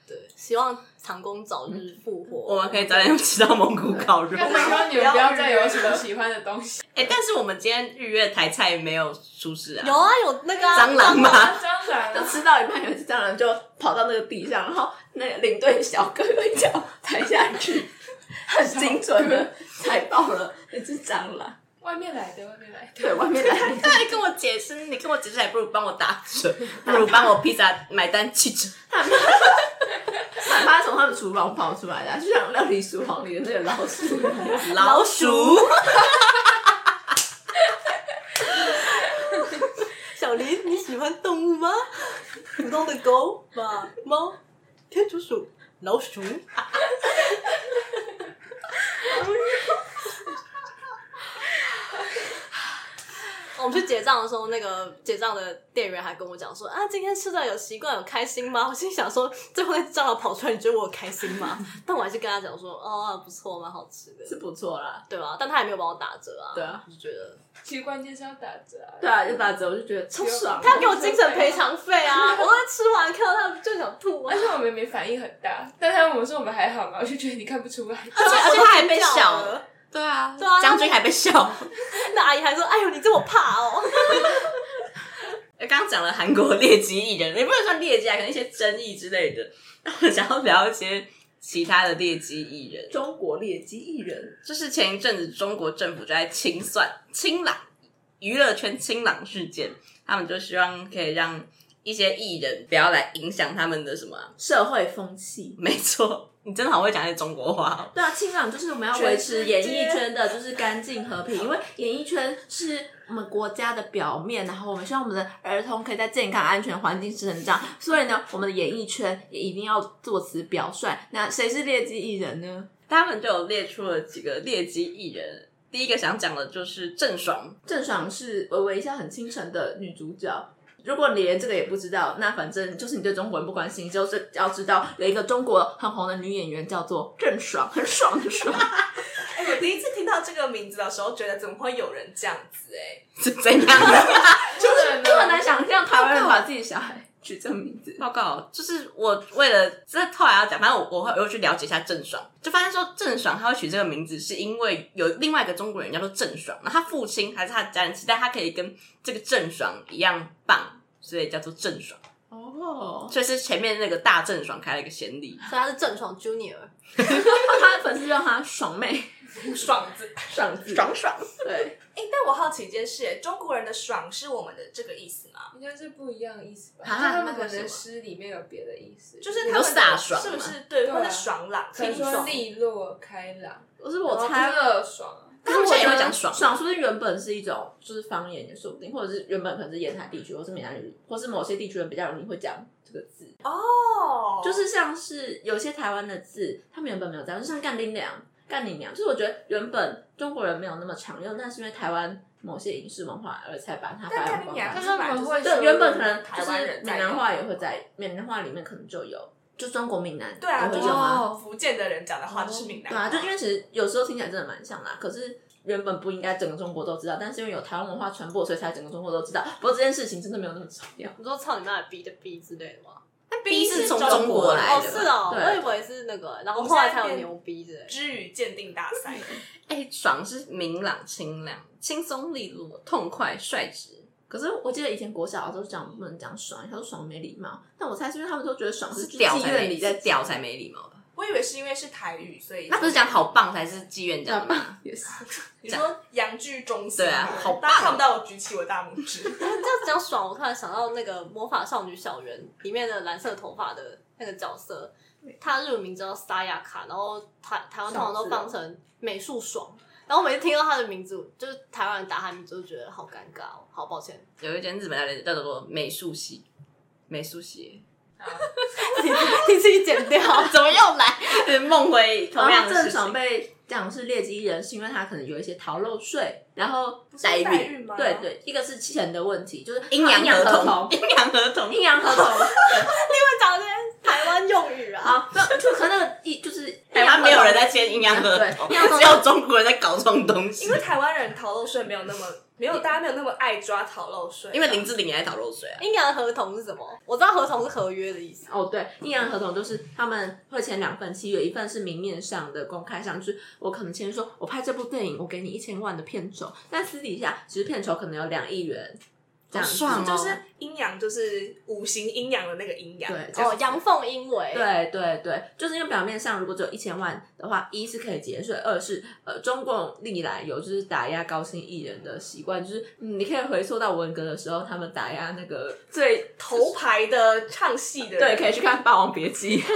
Speaker 6: 对，希望长工早日复活。
Speaker 4: 我们可以早点吃到蒙古烤肉。
Speaker 5: 我希望你们不要再有什么喜欢的东西。
Speaker 4: 哎、但是我们今天日月台菜没有出事啊，
Speaker 6: 有啊，有那个啊
Speaker 4: 蟑螂吗？
Speaker 5: 当然
Speaker 2: [laughs] 就
Speaker 5: 了，
Speaker 2: 吃到一半，有一只蟑螂就跑到那个地上，然后那个领队小哥用一脚踩下 [laughs] 去，很精准的踩爆了那只蟑螂。
Speaker 5: 外面来的，外面来的。
Speaker 2: 对，外面来
Speaker 4: 他还跟我解释，你跟我解释还不如帮我 [laughs] 打折，不如帮我披萨买单七折。
Speaker 2: 散发从他们厨房跑出来的啊、就像料理厨房里的那个老鼠。
Speaker 4: 老鼠，
Speaker 6: 小林，你喜欢动物吗？普通的狗、马、猫、天竺鼠、老鼠。我们去结账的时候，那个结账的店员还跟我讲说：“啊，今天吃的有习惯，有开心吗？”我心想说：“最后那蟑螂跑出来，你觉得我有开心吗？”但我还是跟他讲说：“哦，不错，蛮好吃的，
Speaker 2: 是不错啦，
Speaker 6: 对啊吧、但他也没有帮我打折啊。
Speaker 2: 对啊，
Speaker 6: 我就觉得
Speaker 5: 其实关键是要打折啊。
Speaker 2: 对啊，就打折我就觉得超爽的。
Speaker 6: 他给我精神赔偿费啊！我在吃完看到他就想吐啊
Speaker 5: 而！且我们没反应很大，但他问我说我们还好吗？我就觉得你看不出来。
Speaker 2: [laughs]
Speaker 4: 而且他还被笑
Speaker 6: 了，
Speaker 4: 对啊，
Speaker 6: 对啊
Speaker 4: 将军还被 [laughs] 笑。
Speaker 6: 那阿姨还说：“哎呦，你这么怕
Speaker 4: [laughs]
Speaker 6: 哦
Speaker 4: 哎刚刚讲了韩国劣迹艺人，也不能算劣迹啊，可能一些争议之类的。那我想要聊一些其他的劣迹艺人，
Speaker 2: 中国劣迹艺人，
Speaker 4: 就是前一阵子中国政府就在清算清朗娱乐圈清朗事件，他们就希望可以让一些艺人不要来影响他们的什么啊、
Speaker 2: 社会风气。
Speaker 4: 没错，你真的好会讲一些中国话哦。
Speaker 2: 对啊，清朗就是我们要维持演艺圈的，就是干净和平，因为演艺圈是我们国家的表面，然后我们希望我们的儿童可以在健康安全环境成长，所以呢，我们的演艺圈也一定要做此表率。那谁是劣迹艺人呢？
Speaker 4: 他们就有列出了几个劣迹艺人，第一个想讲的就是郑爽，
Speaker 2: 郑爽是微微一笑很倾城的女主角。如果你连这个也不知道，那反正就是你对中国人不关心，就是要知道有一个中国很红的女演员叫做郑爽，很爽的爽。
Speaker 1: 哎、我 [laughs] 第一次听到这个名字的时候，觉得怎么会有人这样子、哎，
Speaker 4: 是怎样 [laughs] 的
Speaker 5: 就是
Speaker 2: 就很难想象台湾人把自己小孩取这名字。
Speaker 4: 报告？哦就是我为了这后来要讲，反正我我会我又去了解一下郑爽，就发现说郑爽她会取这个名字是因为有另外一个中国人叫做郑爽，然后他父亲还是他的家人期待他可以跟这个郑爽一样棒，所以叫做郑爽。
Speaker 2: 哦，
Speaker 4: 所以是前面那个大郑爽开了一个先例！”，
Speaker 6: 所以他是郑爽 Junior，
Speaker 2: 他的粉丝叫她爽妹，
Speaker 1: 爽子。
Speaker 2: 爽子，爽爽。对，
Speaker 1: 哎、但我好奇一件事、哎，中国人的爽是我们的这个意思吗？
Speaker 5: 应该是不一样的意思吧？
Speaker 2: 啊
Speaker 5: 就他们可
Speaker 2: 那是什
Speaker 5: 能
Speaker 2: 么
Speaker 5: 诗里面有别的意思，
Speaker 1: 就是
Speaker 4: 你
Speaker 1: 他
Speaker 4: 说
Speaker 1: 们
Speaker 4: 飒
Speaker 1: 的
Speaker 4: 爽
Speaker 1: 是不是
Speaker 4: 吗？
Speaker 1: 对，
Speaker 5: 对
Speaker 1: 他们
Speaker 5: 啊
Speaker 1: 的爽朗，
Speaker 5: 可能
Speaker 1: 挺
Speaker 5: 说
Speaker 1: 爽
Speaker 5: 利落开朗，
Speaker 2: 我是我
Speaker 5: 然
Speaker 2: 猜
Speaker 5: 后。热爽。啊
Speaker 4: 他们现在也会讲
Speaker 2: 爽，
Speaker 4: 爽，
Speaker 2: 爽是不是原本是一种就是方言也说不定，或者是原本可能是沿海地区，或是闽南语，或是某些地区人比较容易会讲这个字，
Speaker 1: 哦，
Speaker 2: 就是像是有些台湾的字，他们原本没有这样，就像干丁娘、干你娘，就是我觉得原本中国人没有那么常用，但是因为台湾某些影视文化而才把它发
Speaker 1: 但
Speaker 2: 扬
Speaker 1: 干你
Speaker 2: 光
Speaker 1: 娘，
Speaker 2: 大
Speaker 5: 但。
Speaker 1: 是本来
Speaker 5: 他们
Speaker 1: 就
Speaker 5: 会
Speaker 1: 是
Speaker 2: 对，原本可能
Speaker 1: 台湾
Speaker 2: 就是
Speaker 1: 人
Speaker 2: 闽
Speaker 1: 在
Speaker 2: 南
Speaker 1: 用
Speaker 2: 话也会在闽南话里面可能就有，就中国闽南
Speaker 1: 对啊，
Speaker 2: 也
Speaker 1: 就
Speaker 2: 会
Speaker 1: 是
Speaker 2: 用啊。
Speaker 1: 福建的人讲的话就是闽南
Speaker 2: 对
Speaker 1: 话，
Speaker 2: 啊，就因为其实有时候听起来真的蛮像啦，可是原本不应该整个中国都知道，但是因为有台湾文化传播，所以才整个中国都知道。不过这件事情真的没有那么重要。
Speaker 6: 你说操你妈的逼的逼之类的吗？
Speaker 4: B 是从
Speaker 1: 中
Speaker 4: 中国
Speaker 1: 国
Speaker 4: 来
Speaker 6: 哦，
Speaker 4: 的吧。
Speaker 6: 是哦，
Speaker 2: 对
Speaker 6: 我以为是那个，然后后来才有牛逼之类的。
Speaker 1: 之语鉴定大赛。
Speaker 4: 哎、爽是明朗、清凉、轻松利落、痛快、率直。
Speaker 2: 可是我记得以前国小都讲不能讲爽，他说爽没礼貌，但我猜是因为他们都觉得爽
Speaker 4: 是
Speaker 2: 妓
Speaker 4: 屌才
Speaker 2: 院
Speaker 4: 没
Speaker 2: 里在
Speaker 4: 屌才没礼貌吧？
Speaker 1: 我以为是因为是台语，所以
Speaker 4: 他不是讲好棒才是妓院讲的吗？
Speaker 2: 啊也是，
Speaker 1: 你说洋剧中心
Speaker 4: 对啊
Speaker 1: 吗
Speaker 4: 好棒
Speaker 1: 大家看不到我举起我大拇指。
Speaker 6: 这样讲爽，我突然想到那个《魔法少女小圆》里面的蓝色头发的那个角色，她日文名字叫沙雅卡，然后台台湾通常都放成美术爽。然后每次听到她的名字，就是台湾人打她的名字，就觉得好尴尬哦，好抱歉。
Speaker 4: 有一间日本料理叫做美术系，美术
Speaker 2: [laughs]
Speaker 4: 系
Speaker 6: [laughs] 你自己剪掉。
Speaker 4: 怎么又来？ [laughs] 梦回同
Speaker 2: 然
Speaker 4: 样
Speaker 2: 后
Speaker 4: 的事
Speaker 2: 郑
Speaker 4: 情
Speaker 2: 爽。哦被讲是劣迹艺人，是因为他可能有一些逃漏税，然后
Speaker 1: 代
Speaker 2: 遇
Speaker 1: 孕吗
Speaker 2: 对对，一个是钱的问题，就是
Speaker 4: 阴阳
Speaker 2: 合
Speaker 4: 合同，阴阳合同，
Speaker 2: 阴阳合同。 [laughs]
Speaker 6: 讲这些台湾用语啊，
Speaker 2: 好，那就可能那个一就是
Speaker 4: [laughs] 台湾没有人在签阴阳合同，
Speaker 2: 对阴阳合同
Speaker 4: 只有中国人在搞这种东西
Speaker 1: 因。为台湾人逃漏税没有那么没有大家没有那么爱抓逃漏税，
Speaker 4: 因为林志玲也在讨漏水啊，
Speaker 6: 阴阳合同是什么？我知道合同是合约的意思。
Speaker 2: 哦，对，阴阳合同就是他们会签两份契约，一份是明面上的公开上，就是我可能签说，我拍这部电影，我给你一千万的片酬，但私底下其实片酬可能有两亿元，这样子
Speaker 4: 爽哦
Speaker 1: 就是阴阳，就是五行阴阳的那个阴阳。
Speaker 2: 对这样
Speaker 6: 哦，阳奉阴违。，
Speaker 2: 对对对，就是因为表面上如果只有一千万的话，一是可以节税，二是呃中共历来有就是打压高薪艺人的习惯，就是、嗯你可以回溯到文革的时候，他们打压那个最
Speaker 1: 头牌的唱戏的
Speaker 2: 对，
Speaker 1: 人，
Speaker 2: 可以去看《霸王别姬》。 [laughs]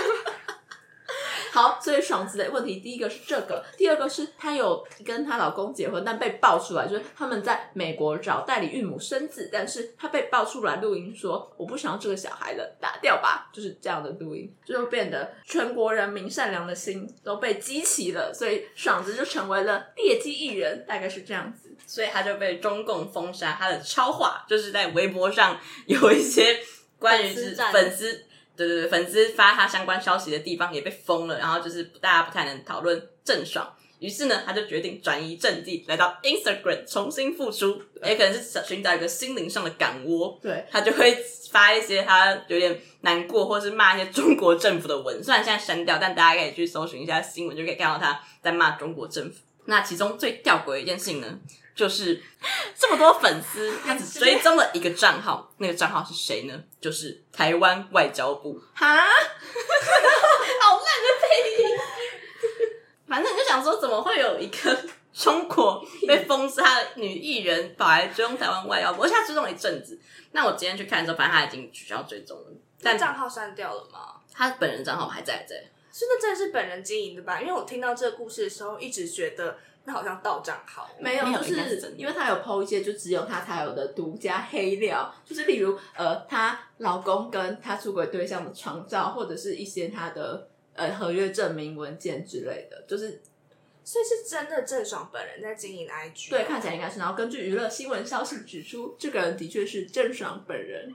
Speaker 2: 好，所以爽子的问题，第一个是这个，第二个是她有跟她老公结婚，但被爆出来，就是他们在美国找代理孕母生子，但是她被爆出来录音说我不想要这个小孩了，打掉吧，就是这样的录音，就变得全国人民善良的心都被激起了，所以爽子就成为了劣迹艺人，大概是这样子。
Speaker 4: 所以他就被中共封杀。他的超话就是在微博上有一些关于
Speaker 6: 粉
Speaker 4: 是
Speaker 6: 丝战
Speaker 4: 粉丝，对对对，粉丝发他相关消息的地方也被封了，然后就是大家不太能讨论郑爽。于是呢，他就决定转移阵地，来到 Instagram 重新复出，也可能是寻找一个心灵上的港窝。
Speaker 2: 对，
Speaker 4: 他就会发一些他有点难过，或是骂一些中国政府的文。虽然现在删掉，但大家可以去搜寻一下新闻，就可以看到他在骂中国政府。那其中最吊诡的一件事情呢，就是这么多粉丝，他只追踪了一个账号，那个账号是谁呢？就是台湾外交部。 [laughs]
Speaker 2: 哈，
Speaker 4: 反正你就想说，怎么会有一个中国 [laughs] 被封杀的女艺人跑来追踪台湾外交部？而且她追踪了一阵子。那我今天去看的时候，反正她已经取消追踪了，但
Speaker 1: 但账号删掉了吗？
Speaker 4: 她本人账号还在在。
Speaker 1: 是那真的是本人经营的吧？因为我听到这个故事的时候，一直觉得那好像盗账号。
Speaker 2: 没有，
Speaker 4: 没有
Speaker 2: 就
Speaker 4: 应该是
Speaker 2: 是
Speaker 4: 真的
Speaker 2: 因为她有剖一些，就只有她才有的独家黑料，就是例如呃，她老公跟她出轨对象的床照，或者是一些她的呃合约证明文件之类的，就是
Speaker 1: 所以是真的郑爽本人在经营啊 IG。
Speaker 2: 对看起来应该是。然后根据娱乐新闻消息指出，这个人的确是郑爽本人。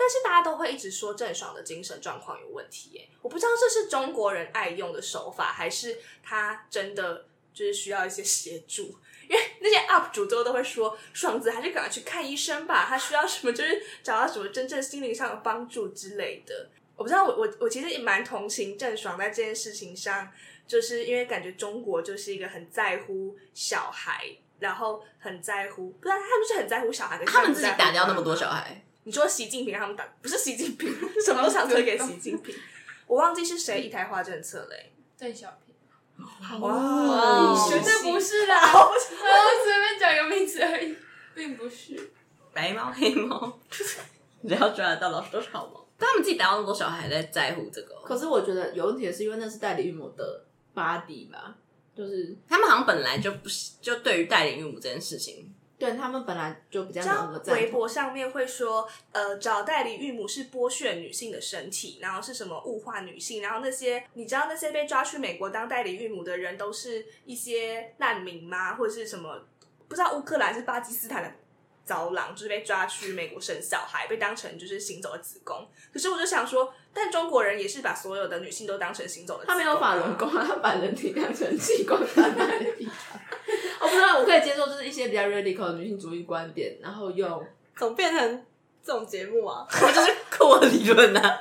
Speaker 1: 但是大家都会一直说郑爽的精神状况有问题耶，我不知道这是中国人爱用的手法，还是他真的就是需要一些协助。因为那些 UP 主都都会说，爽子还是赶快去看医生吧，他需要什么就是找到什么真正心灵上的帮助之类的。我不知道，我我我其实也蛮同情郑爽在这件事情上，就是因为感觉中国就是一个很在乎小孩，然后很在乎，不知道他们是很在乎小孩的，
Speaker 4: 他们自己
Speaker 1: 在乎
Speaker 4: 打掉那
Speaker 1: 妈
Speaker 4: 么
Speaker 1: 妈
Speaker 4: 多小孩，
Speaker 1: 你说习近平让他们打，不是习近平， [laughs] 什么都想推给习近平。我忘记是谁一胎化政策嘞、
Speaker 5: 邓小平，
Speaker 2: 嗯
Speaker 1: 哇，
Speaker 6: 哦
Speaker 1: 绝对不是
Speaker 5: [laughs]
Speaker 1: 啦！
Speaker 5: 我随便讲个名字而已，并不是。
Speaker 4: 白猫黑 [laughs] 猫，只要抓得到，老鼠都是好猫。但他们自己打掉那么多小孩，还在在乎这个哦、
Speaker 2: 可是我觉得有问题的是，因为那是代理孕母的 body 吧，就是
Speaker 4: 他们好像本来就不是，就对于代理孕母这件事情，
Speaker 2: 对他们本来就比较没有那
Speaker 1: 像
Speaker 2: 么在
Speaker 1: 微
Speaker 2: 乎。
Speaker 1: 博上面会说，呃，找代理孕母是剥削女性的身体，然后是什么物化女性，然后那些你知道那些被抓去美国当代理孕母的人都是一些难民吗？或者是什么？不知道乌克兰是巴基斯坦的糟狼，就是被抓去美国生小孩，被当成就是行走的子宫。可是我就想说，但中国人也是把所有的女性都当成行走的子宫
Speaker 2: 他
Speaker 1: 啊，
Speaker 2: 没有法轮功啊，他把人体当成器官贩卖的地 [laughs] 方。我哦不知道，我可以接受，就是一些比较 radical 的女性主义观点，然后用
Speaker 6: 怎么变成这种节目啊？
Speaker 4: 我就是酷的理论啊。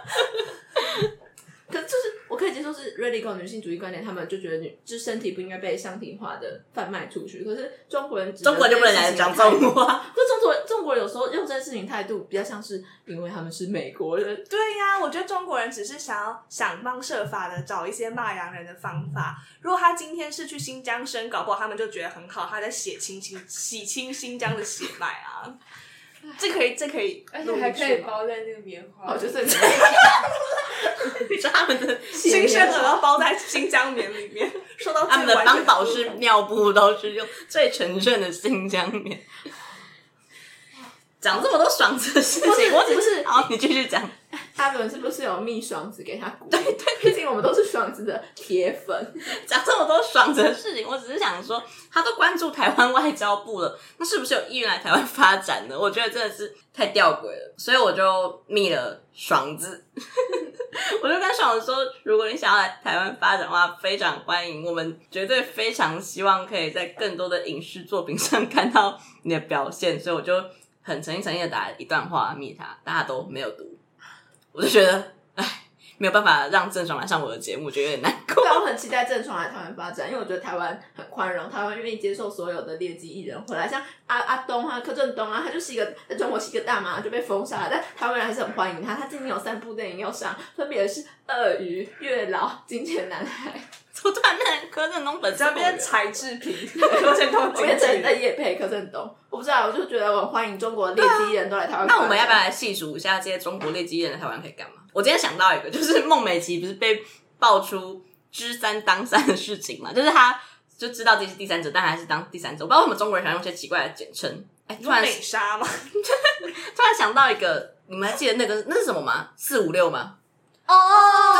Speaker 2: 可就是我可以接受是 radical 女性主义观点，他们就觉得女就是身体不应该被商品化的贩卖出去。可是中国人指责
Speaker 4: 中国就不能来讲这种
Speaker 2: 这件事
Speaker 4: [laughs]
Speaker 2: 情的态度，
Speaker 4: 话，
Speaker 2: 就中国中国有时候用这件事情态度比较像是因为他们是美国人，
Speaker 1: 对呀、我觉得中国人只是想要想方设法的找一些骂洋人的方法。如果他今天是去新疆生，搞不好他们就觉得很好，他在血清清洗清新疆的血脉啊。这可以，这可以，
Speaker 5: 而且还可以包在那个棉花。
Speaker 2: [laughs]
Speaker 5: [laughs]
Speaker 2: 哦，就是
Speaker 4: 你说他们的
Speaker 1: 新生儿要包在新疆棉里面，受到最
Speaker 4: 他们的
Speaker 1: 完整
Speaker 4: 邦宝是尿布都是用最纯正的新疆棉。讲这么多爽子的事
Speaker 2: 不是
Speaker 4: 情，我只
Speaker 2: 不是
Speaker 4: 好，你继续讲。
Speaker 2: 阿伦是不是有蜜爽子给他鼓励？对对，毕竟我们都是爽子的铁粉。
Speaker 4: [laughs] 讲这么多爽子的事情，我只是想说，他都关注台湾外交部了，那是不是有意愿来台湾发展呢？我觉得 [laughs] 真的是太吊诡了，所以我就密了爽子，我就跟爽的说，如果你想要来台湾发展的话，非常欢迎，我们绝对非常希望可以在更多的影视作品上看到你的表现，所以我就很诚心诚意的打了一段话密他，大家都没有读，我就觉得，唉，没有办法让郑爽来上我的节目，觉得有点难过。
Speaker 2: 对，我很期待郑爽来台湾发展，因为我觉得台湾很宽容，台湾愿意接受所有的劣迹艺人回来，像阿阿东啊、柯震东啊，他就是一个在中国是一个大妈就被封杀了，但台湾人还是很欢迎他。他今年有三部电影要上，分别是《鳄鱼》《月老》《金钱男孩》，
Speaker 4: 我突然变成柯震东本身
Speaker 1: 这边柴制品， [laughs] 而且
Speaker 4: 哦
Speaker 1: 都
Speaker 2: 我变成在夜配柯震东。我不知道，我就觉得我很欢迎中国劣迹艺人都来台湾发展。
Speaker 4: 那我们要不要来细数一下这些中国劣迹艺人在台湾可以干嘛？我今天想到一个，就是孟美岐不是被爆出知三当三的事情嘛，就是她就知道自己是第三者，但还是当第三者。我不知道为什么中国人喜欢用一些奇怪的简称。哎、突然
Speaker 1: 美莎吗？
Speaker 4: 突然想到一个，你们还记得那个那是什么吗？四五六吗？
Speaker 6: 哦，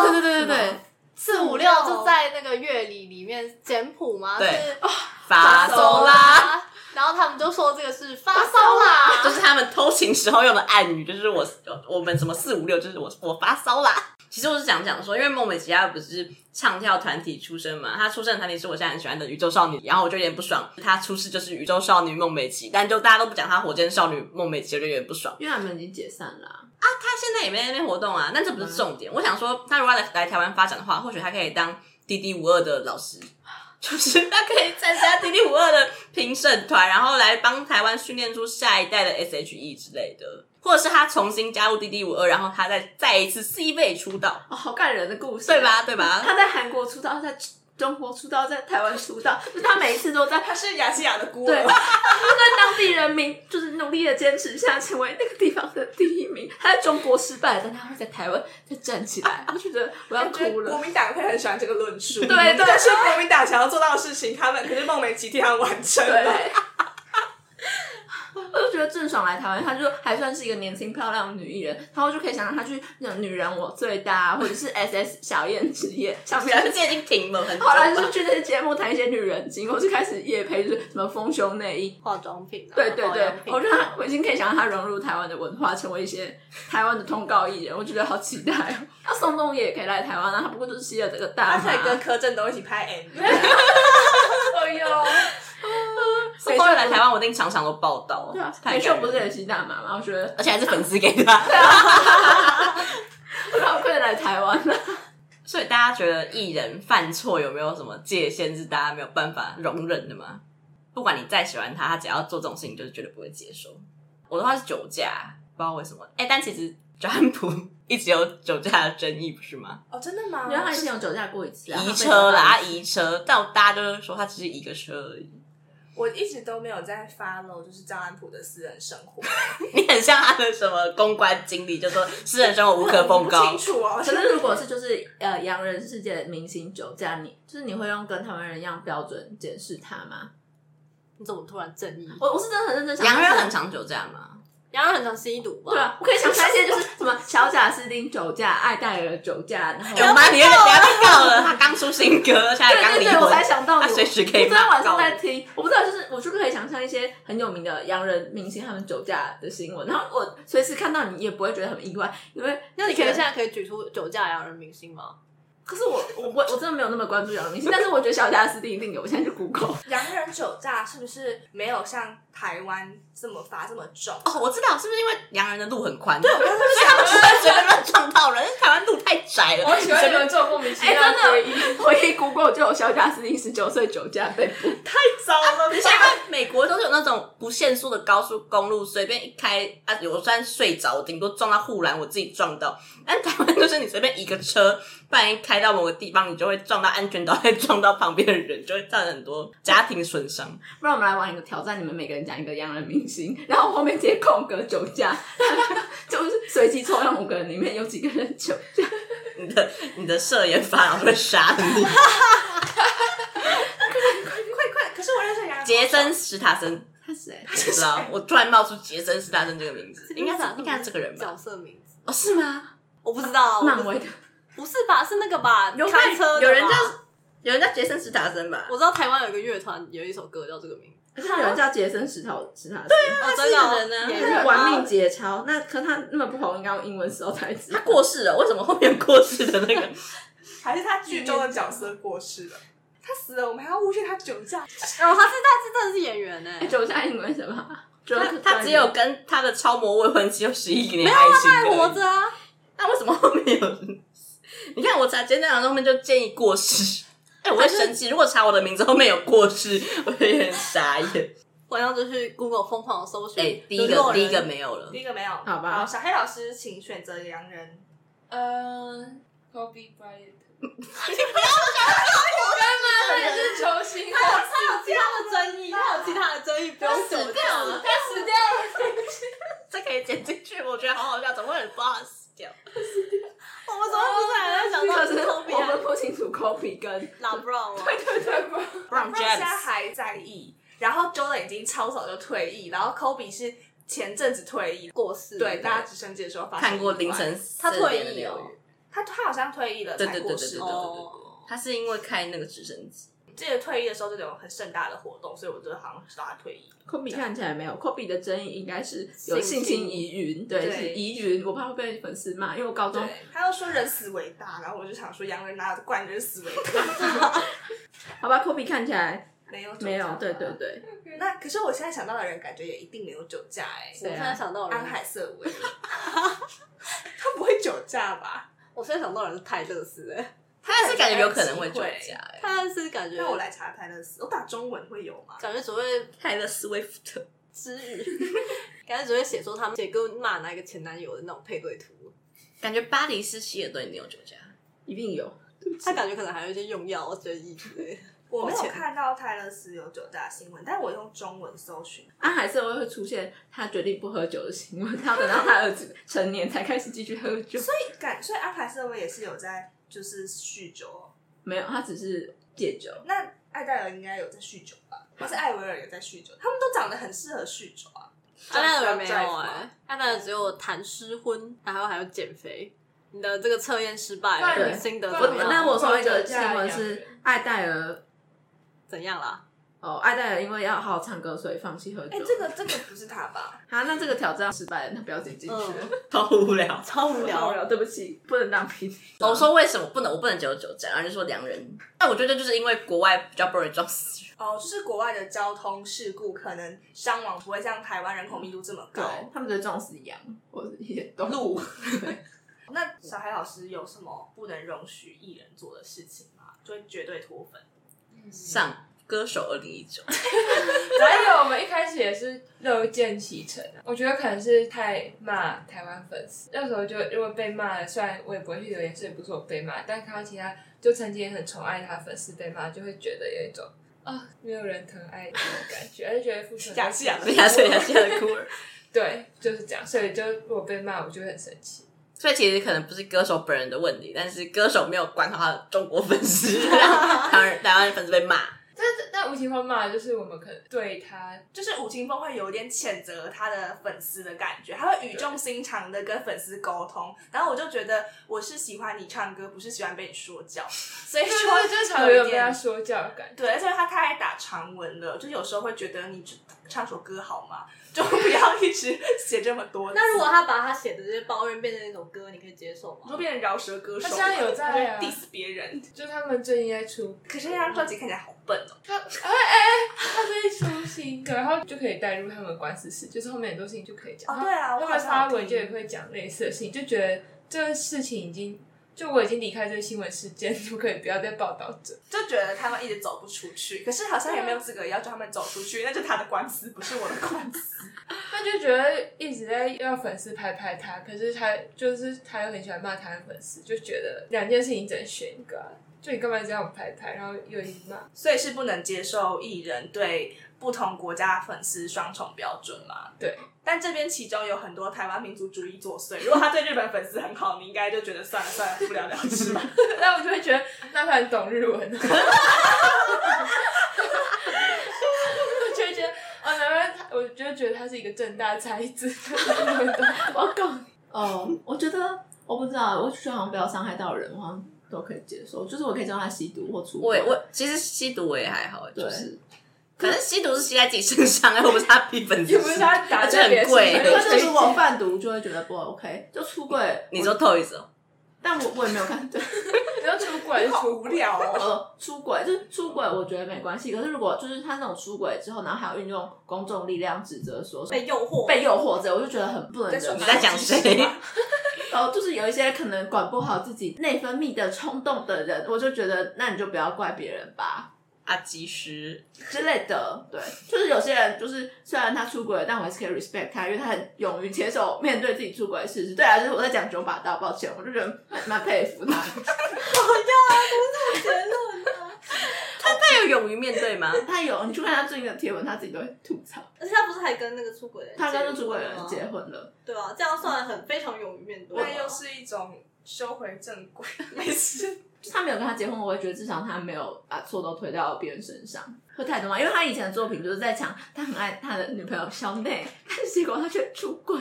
Speaker 4: 对对对对对，
Speaker 6: 四五六就在那个乐理里面，简谱吗？
Speaker 4: 对
Speaker 6: 是
Speaker 4: 法搜啦，，
Speaker 6: 然后他们就说这个是发
Speaker 2: 发烧
Speaker 6: 啦，
Speaker 2: 啦！
Speaker 4: 就是他们偷情时候用的暗语，就是我我们什么四五六，就是我我发烧啦。其实我是想讲说，因为孟美岐她不是唱跳团体出身嘛，她出身的团体是我现在很喜欢的宇宙少女，然后我就有点不爽，她出世就是宇宙少女孟美岐，但就大家都不讲她火箭少女孟美岐，我就有点不爽。
Speaker 2: 因为他们已经解散了啊、
Speaker 4: 她现在也没在那边活动啊，但这
Speaker 2: 嗯
Speaker 4: 不是重点。我想说，她如果要来来台湾发展的话，或许她可以当滴滴五二的老师， [laughs] 就是她可以参加滴滴五二的评审团，然后来帮台湾训练出下一代的 SHE 之类的，或者是她重新加入滴滴五二，然后她再再一次 C 位出道，
Speaker 2: 哦，好感人的故事啊、
Speaker 4: 对吧？对吧？
Speaker 2: 他在韩国出道，在中国出道，在台湾出道，就他每一次都在，他是
Speaker 1: 是雅西亚的孤
Speaker 2: 对，
Speaker 1: 儿
Speaker 2: 他。在当地人民就是努力的坚持下，成为那个地方的第一名。他在中国失败了，但他会在台湾再站起来，我就觉得我要
Speaker 1: 我觉
Speaker 2: 哭
Speaker 1: 得
Speaker 2: 了
Speaker 1: [laughs] 国。民党会很喜欢这个论述，
Speaker 2: 对对
Speaker 1: 但是国民党想要做到的事情，他们可是梦寐集替他们完成
Speaker 2: 对
Speaker 1: 了。，
Speaker 2: 我就觉得郑爽来台湾，她就还算是一个年轻漂亮的女艺人，然后就可以想让她去那种女人我最大，或者是 SS 小燕之夜，像
Speaker 4: 小世界已经停了很久
Speaker 2: 好了，就
Speaker 4: 了
Speaker 2: 是。去那些节目谈一些女人经，我就开始夜配，就是什么丰胸内衣，
Speaker 6: 化妆品啊，
Speaker 2: 对对
Speaker 6: 保
Speaker 2: 对
Speaker 6: 养，品
Speaker 2: 我觉得他我已经可以想象他融入台湾的文化，成为一些台湾的通告艺人，我觉得好期待 [laughs] 哦。那宋冬野也可以来台湾啊，他不过就是吸了这个
Speaker 1: 他
Speaker 2: 大麻
Speaker 1: 可以跟柯震东一起拍 MV，
Speaker 2: 哎呦，
Speaker 4: 所以后来台湾，我一定常常都报道。
Speaker 2: 对啊，
Speaker 4: 太
Speaker 2: 裴
Speaker 4: 感
Speaker 2: 秀
Speaker 4: 人
Speaker 2: 不是也吸大麻吗？我觉 [laughs] 得
Speaker 4: 而且还是粉丝给的啊。
Speaker 2: 我好快来台湾了。
Speaker 4: 所以大家觉得艺人犯错有没有什么界限是大家没有办法容忍的吗？不管你再喜欢他，他只要做这种事情，就是绝对不会接受。我的话是酒驾，不知道为什么。哎、但其实川普一直有酒驾的争议，不是
Speaker 2: [laughs]
Speaker 4: 吗？
Speaker 1: 哦，真的吗
Speaker 2: 原来他以前有酒驾过一次啊，
Speaker 4: 移车啦，
Speaker 2: 啦
Speaker 4: 他，移车，但我大家都说他只是移个车而已。
Speaker 1: 我一直都没有在 follow 就是张安普的私人生活，
Speaker 4: 你很像他的什么公关经理，就说私人生活无
Speaker 1: 不
Speaker 4: 可奉
Speaker 2: [laughs]
Speaker 4: 告
Speaker 1: 清。楚哦。
Speaker 2: 可是如果是就是呃洋人世界的明星酒驾，你就是你会用跟台湾人一样标准检视他吗？
Speaker 6: 你怎么突然正义？
Speaker 2: 我我是真的很认真想，
Speaker 4: 洋人很常酒驾吗？
Speaker 6: 洋人很常吸毒吧？
Speaker 2: 对啊，我可以想象一些就是什么小贾斯汀酒驾、艾戴尔酒驾，然后
Speaker 4: 有吗？你有点等下被告了。他刚出新歌，现在刚
Speaker 2: 对
Speaker 4: 离
Speaker 2: 对对，
Speaker 4: 婚，
Speaker 2: 我才想到
Speaker 4: 他
Speaker 2: 你，
Speaker 4: 随时可以
Speaker 2: 我昨天晚
Speaker 4: 告
Speaker 2: 上在听，我不知道，就是我就可以想象一些很有名的洋人明星他们酒驾的新闻，然后我随时看到你也不会觉得很意外，因为
Speaker 6: 那你可以现在可以举出酒驾洋人明星吗？
Speaker 2: 可是我我不我真的没有那么关注洋人明星，但是我觉得小贾斯汀一定有，我现在就 Google。
Speaker 1: 洋人酒驾是不是没有像台湾这么罚这么重？
Speaker 4: 哦，我知道，是不是因为洋人的路很宽？对，所以他们不会随便乱撞到人。因为台湾路太窄了，
Speaker 1: 喜欢有人做莫名其
Speaker 2: 哎、真的，我一 Google 就有小贾斯汀十九岁酒驾被捕，
Speaker 1: 糟了吧
Speaker 4: 而且因为美国都是有那种不限速的高速公路，随便一开啊，有算睡着，我顶多撞到护栏，我自己撞到。但台湾就是你随便一个车，不然一开到某个地方，你就会撞到安全岛，再撞到旁边的人，就会造成很多家庭损伤。
Speaker 2: 不然我们来玩一个挑战，你们每个人讲一个洋人明星，然后后面直接空格酒驾，就是随机抽样五个人里面有几个人酒驾。
Speaker 4: 你的你的社研法老师会杀了你。
Speaker 1: 快快！可是我认识洋人，
Speaker 4: 杰森史塔森，
Speaker 2: 他谁？
Speaker 4: 我不知道，我突然冒出杰森史塔森这个名字，应该是应该是这个人吧
Speaker 6: 角？色名字
Speaker 4: 哦，是吗？
Speaker 6: 我不知道，我
Speaker 2: 漫
Speaker 6: 不
Speaker 2: 威的。
Speaker 6: 不是吧？是那个吧？
Speaker 2: 有
Speaker 6: 开车的吧
Speaker 2: 有人这样有人叫杰森·史塔森吧？
Speaker 6: 我知道台湾有一个乐团有一首歌叫这个名字，
Speaker 2: 而且有人叫杰森·史塔史塔森，对
Speaker 6: 哦，
Speaker 2: 他
Speaker 6: 真
Speaker 2: 是一啊
Speaker 6: 的
Speaker 2: 个
Speaker 6: 哦
Speaker 2: 人呢，
Speaker 6: 演
Speaker 2: 他
Speaker 6: 员
Speaker 2: 是玩命节操。那可他那么不红，应该用英文时候才知道。
Speaker 4: 他过世了，为什么后面过世的那个？
Speaker 1: 还是他剧中的角色过世了？他死了，我们还要诬陷他酒驾？
Speaker 6: 哦，他是他是真的是演员欸呢，
Speaker 2: 酒驾英文什么？
Speaker 4: 他他只有跟他的超模未婚妻有十一年爱情，
Speaker 6: 还活着。啊。
Speaker 4: 那为什么后面有？你看我查简短后面就建议过世。哎、我会生气。如果查我的名字后面有过世，我会很傻眼。
Speaker 6: 晚上就去 Google 疯狂地搜
Speaker 4: 哎、
Speaker 6: 寻，
Speaker 4: 第一
Speaker 6: 沦落
Speaker 4: 个
Speaker 6: 人
Speaker 4: 第一个没有了
Speaker 1: 第。一个没有，好
Speaker 2: 吧
Speaker 1: 小黑老师，请选择洋人。
Speaker 5: 嗯，Kobe Bryant。你 [laughs] 不要讲我干嘛？我也是球星，啊他
Speaker 6: 他有其他的争议，他有其他的争议，不用
Speaker 5: 死
Speaker 6: 久
Speaker 5: 掉了，他死 [laughs] 掉了。
Speaker 4: 这可以剪进去，我觉得好好笑，怎么会有人不好死掉？
Speaker 6: 我们怎么不是还在想到
Speaker 2: 可
Speaker 6: 是
Speaker 2: 是
Speaker 6: 科比
Speaker 2: 我
Speaker 6: 啊
Speaker 2: 分不清楚 Kobe 跟
Speaker 6: 拉布朗吗？
Speaker 4: 不然
Speaker 1: 他现在
Speaker 4: James
Speaker 1: 还在役，然后 Jordan 已经超早就退役，然后 Kobe 是前阵子退役。
Speaker 6: 过世
Speaker 1: 对，大家直升机的时候发生
Speaker 4: 看过
Speaker 1: 意外
Speaker 4: 凌晨
Speaker 6: 他
Speaker 4: 4点的
Speaker 6: 退役
Speaker 4: 纽
Speaker 6: 哦
Speaker 4: 约
Speaker 1: 他他好像退役了
Speaker 4: 对
Speaker 1: 才
Speaker 4: 对对
Speaker 1: 过
Speaker 4: 对对
Speaker 1: 世哦
Speaker 4: 对对
Speaker 1: 的。
Speaker 4: 对，他是因为开那个直升机，
Speaker 1: 记得退役的时候就有很盛大的活动，所以我就好像知道他退役。
Speaker 2: Kobe 看起来没有，Kobe 的争议应该是有性侵疑云，对，
Speaker 1: 对
Speaker 2: 是疑云，我怕会被粉丝骂，因为我高中
Speaker 1: 对，他又说人死为大，然后我就想说洋人哪有惯人死为
Speaker 2: [laughs]
Speaker 1: 大？
Speaker 2: 好吧，Kobe 看起来
Speaker 1: 没有
Speaker 2: 没有，对
Speaker 1: 对
Speaker 2: 对对，
Speaker 1: 那可是我现在想到的人，感觉也一定没有酒驾哎、
Speaker 6: 我现在想
Speaker 2: 哦
Speaker 6: 到的
Speaker 1: 安
Speaker 6: 人，
Speaker 1: 海瑟
Speaker 2: [laughs]
Speaker 1: 薇，他不会酒驾吧？
Speaker 6: 我现在想到的人是泰勒斯，哎，
Speaker 4: 他还是感觉有可能会酒
Speaker 1: 机
Speaker 4: 驾、哎
Speaker 6: 泰勒斯感觉
Speaker 1: 那我来查泰勒斯，我打中文会有吗？
Speaker 6: 感觉只会
Speaker 4: 泰勒·斯威夫特，
Speaker 6: 知语， [laughs] 感觉只会写说他们写歌骂哪一个前男友的那种配对图，
Speaker 4: 感觉巴黎是希尔顿一定有酒驾。
Speaker 2: 一定有。
Speaker 6: 他感觉可能还有一些用药争议之类的。
Speaker 1: 我
Speaker 2: 哦
Speaker 1: 没有
Speaker 6: 抱歉
Speaker 1: 看到泰勒斯有酒驾的新闻，但我用中文搜寻，
Speaker 2: 安海瑟薇啊会出现他决定不喝酒的行为，他要等到他儿子成年才开始继续喝酒。
Speaker 1: 感所以安海瑟薇也是有在就是酗酒哦。
Speaker 2: 没有，他只是戒酒。
Speaker 1: 那艾戴尔应该有在酗酒吧？还是艾维尔也在酗酒？他们都长得很适合酗酒啊。
Speaker 6: 安奈尔没
Speaker 1: Drive
Speaker 6: 有
Speaker 1: 吗
Speaker 6: 哎，安奈尔只有谈失婚，然后还有减肥。你的这个测验失败
Speaker 5: 不
Speaker 6: 了，
Speaker 2: 然
Speaker 6: 你
Speaker 2: 你
Speaker 6: 心得
Speaker 5: 不
Speaker 6: 怎
Speaker 5: 然
Speaker 6: 么
Speaker 5: 你
Speaker 6: 样？
Speaker 2: 那我说一个新闻是艾戴尔，
Speaker 6: 怎样啦？
Speaker 2: 哦，艾戴尔因为要好好唱歌，所以放弃喝酒。
Speaker 1: 哎、这个这个不是他吧？
Speaker 2: 好，那这个挑战失败了，那不要剪进去了
Speaker 6: 嗯。
Speaker 4: 超无聊，
Speaker 6: 超无
Speaker 2: 好无
Speaker 6: 聊。
Speaker 2: [laughs] 聊，对不起，不能当 P D。
Speaker 4: 我说为什么不能？我不能只有酒驾，然后就说良人。那我觉得就是因为国外比较不容易撞死人，
Speaker 1: 哦，就是国外的交通事故可能伤亡不会像台湾人口密度这么
Speaker 2: 对
Speaker 1: 高。
Speaker 2: 他们就撞死羊或者一些动 [laughs] 物。对
Speaker 1: 那小黑老师有什么不能容许艺人做的事情吗？就会绝对脱粉。
Speaker 4: 上歌手二零一九，
Speaker 5: 还有我们一开始也是乐见其成啊，我觉得可能是太骂台湾粉丝，那时候就如果被骂了，虽然我也不会去留言，所以不是我被骂，但看到其他就曾经也很宠爱他的粉丝被骂，就会觉得有一种啊、没有人疼爱你的感觉，而且觉得付出很多
Speaker 1: 假戏啊
Speaker 4: [laughs] 对呀，所以他现在哭了。
Speaker 5: 对，就是这样，所以就如果被骂，我就会很生气。
Speaker 4: 所以其实可能不是歌手本人的问题，但是歌手没有管好他的中国粉丝，让台湾台湾粉丝被骂。
Speaker 5: 但无情风骂的就是我们可能对他
Speaker 1: 就是吴青峰会有点谴责他的粉丝的感觉，他会语重心长的跟粉丝沟通。然后我就觉得我是喜欢你唱歌，不是喜欢被你说教，所以
Speaker 5: [laughs] 对
Speaker 1: 说
Speaker 5: 对，就是常
Speaker 1: 有
Speaker 5: 有
Speaker 1: 一
Speaker 5: 被他
Speaker 1: 点
Speaker 5: 说教的感觉。
Speaker 1: 对，而且他太爱打长文了，就有时候会觉得你只唱首歌好吗？就不要一直写这么多字。
Speaker 6: 那如果他把他写的这些抱怨变成一首歌，你可以接受
Speaker 1: 你
Speaker 6: 吗？
Speaker 1: 说变成饶舌歌手，
Speaker 5: 他现在有在啊
Speaker 1: 他就 diss 别人，
Speaker 5: 就他们最近在出，
Speaker 1: 可是那张专辑看起来好笨哦。
Speaker 5: 他哎哎，他最近出新歌，然后就可以带入他们的官司事，就是后面很多事情就可以讲。
Speaker 1: 哦对啊
Speaker 5: 他
Speaker 1: 我
Speaker 5: 们
Speaker 1: 好像
Speaker 5: 发
Speaker 1: 有
Speaker 5: 文就也
Speaker 1: 听
Speaker 5: 会讲类似的事情，就觉得这个事情已经。就我已经离开这个新闻事件，就可以不要再报道这。
Speaker 1: 就觉得他们一直走不出去，可是好像也没有资格要求他们走出去，那就他的官司，不是我的官司。 [laughs]
Speaker 5: 他就觉得一直在要粉丝拍拍他，可是他就是他又很喜欢骂他的粉丝，就觉得两件事情只能选一个、啊，就你干嘛这样拍拍，然后又一直骂。
Speaker 1: 所以是不能接受艺人对不同国家粉丝双重标准嘛？
Speaker 5: 对。
Speaker 1: 但这边其中有很多台湾民族主义作祟，如果他对日本粉丝很好，你应该就觉得算了算了，不了了之吧。
Speaker 5: 那我就会觉得，那他很懂日文。 [laughs] 我就会觉得，哦，难怪他，我就觉得他是一个正大才子。 [laughs]
Speaker 2: 我要告你哦，我觉得我不知道，我就觉得好像不要伤害到人，我好像都可以接受，就是我可以接受他吸毒或出轨。
Speaker 4: 我也我其实吸毒我也还好，
Speaker 2: 对
Speaker 4: 就是可能吸毒是吸在自己身上， [laughs] 又不是他逼粉丝
Speaker 5: 不是
Speaker 4: 吸。
Speaker 5: 他打
Speaker 4: 而且很贵
Speaker 2: 因为他如果贩毒就会觉得不 OK，就出轨。
Speaker 4: 你说 Toys 哦，
Speaker 2: 但我我也没有看 [laughs] 对。
Speaker 5: [laughs] 你要出轨，
Speaker 1: [laughs]
Speaker 5: 好无聊哦。
Speaker 2: 呃，出轨就是出轨，我觉得没关系。可是如果就是他那种出轨之后，然后还要运用公众力量指责说
Speaker 6: 被诱惑，
Speaker 2: 被诱惑着，我就觉得很不能
Speaker 1: 在
Speaker 2: 忍
Speaker 1: 说
Speaker 2: 受。
Speaker 4: 你在讲谁？
Speaker 2: 然后就是有一些可能管不好自己内分泌的冲动的人，我就觉得那你就不要怪别人吧
Speaker 4: 阿基师，
Speaker 2: 之类的。对，就是有些人就是虽然他出轨了，但我还是可以 respect 他，因为他很勇于接受面对自己出轨的事实。对啊，就是我在讲九把刀，抱歉，我就觉得蛮蛮佩服
Speaker 4: [laughs]
Speaker 2: 他。
Speaker 4: 他有勇于面对吗？
Speaker 2: 他有，你去看他最近的贴文，他自己都会吐槽，
Speaker 6: 而且他不是还跟那个出轨的人，
Speaker 2: 他跟那出轨的人结，婚了。
Speaker 6: 对啊，这样算很非常勇于面对
Speaker 1: [laughs]
Speaker 6: 啊，
Speaker 1: 那又是一种修回正轨，没事。
Speaker 2: 他没有跟他结婚，我会觉得至少他没有把错都推到别人身上，会太多吗？因为他以前的作品就是在讲他很爱他的女朋友小美，但是结果他却出轨。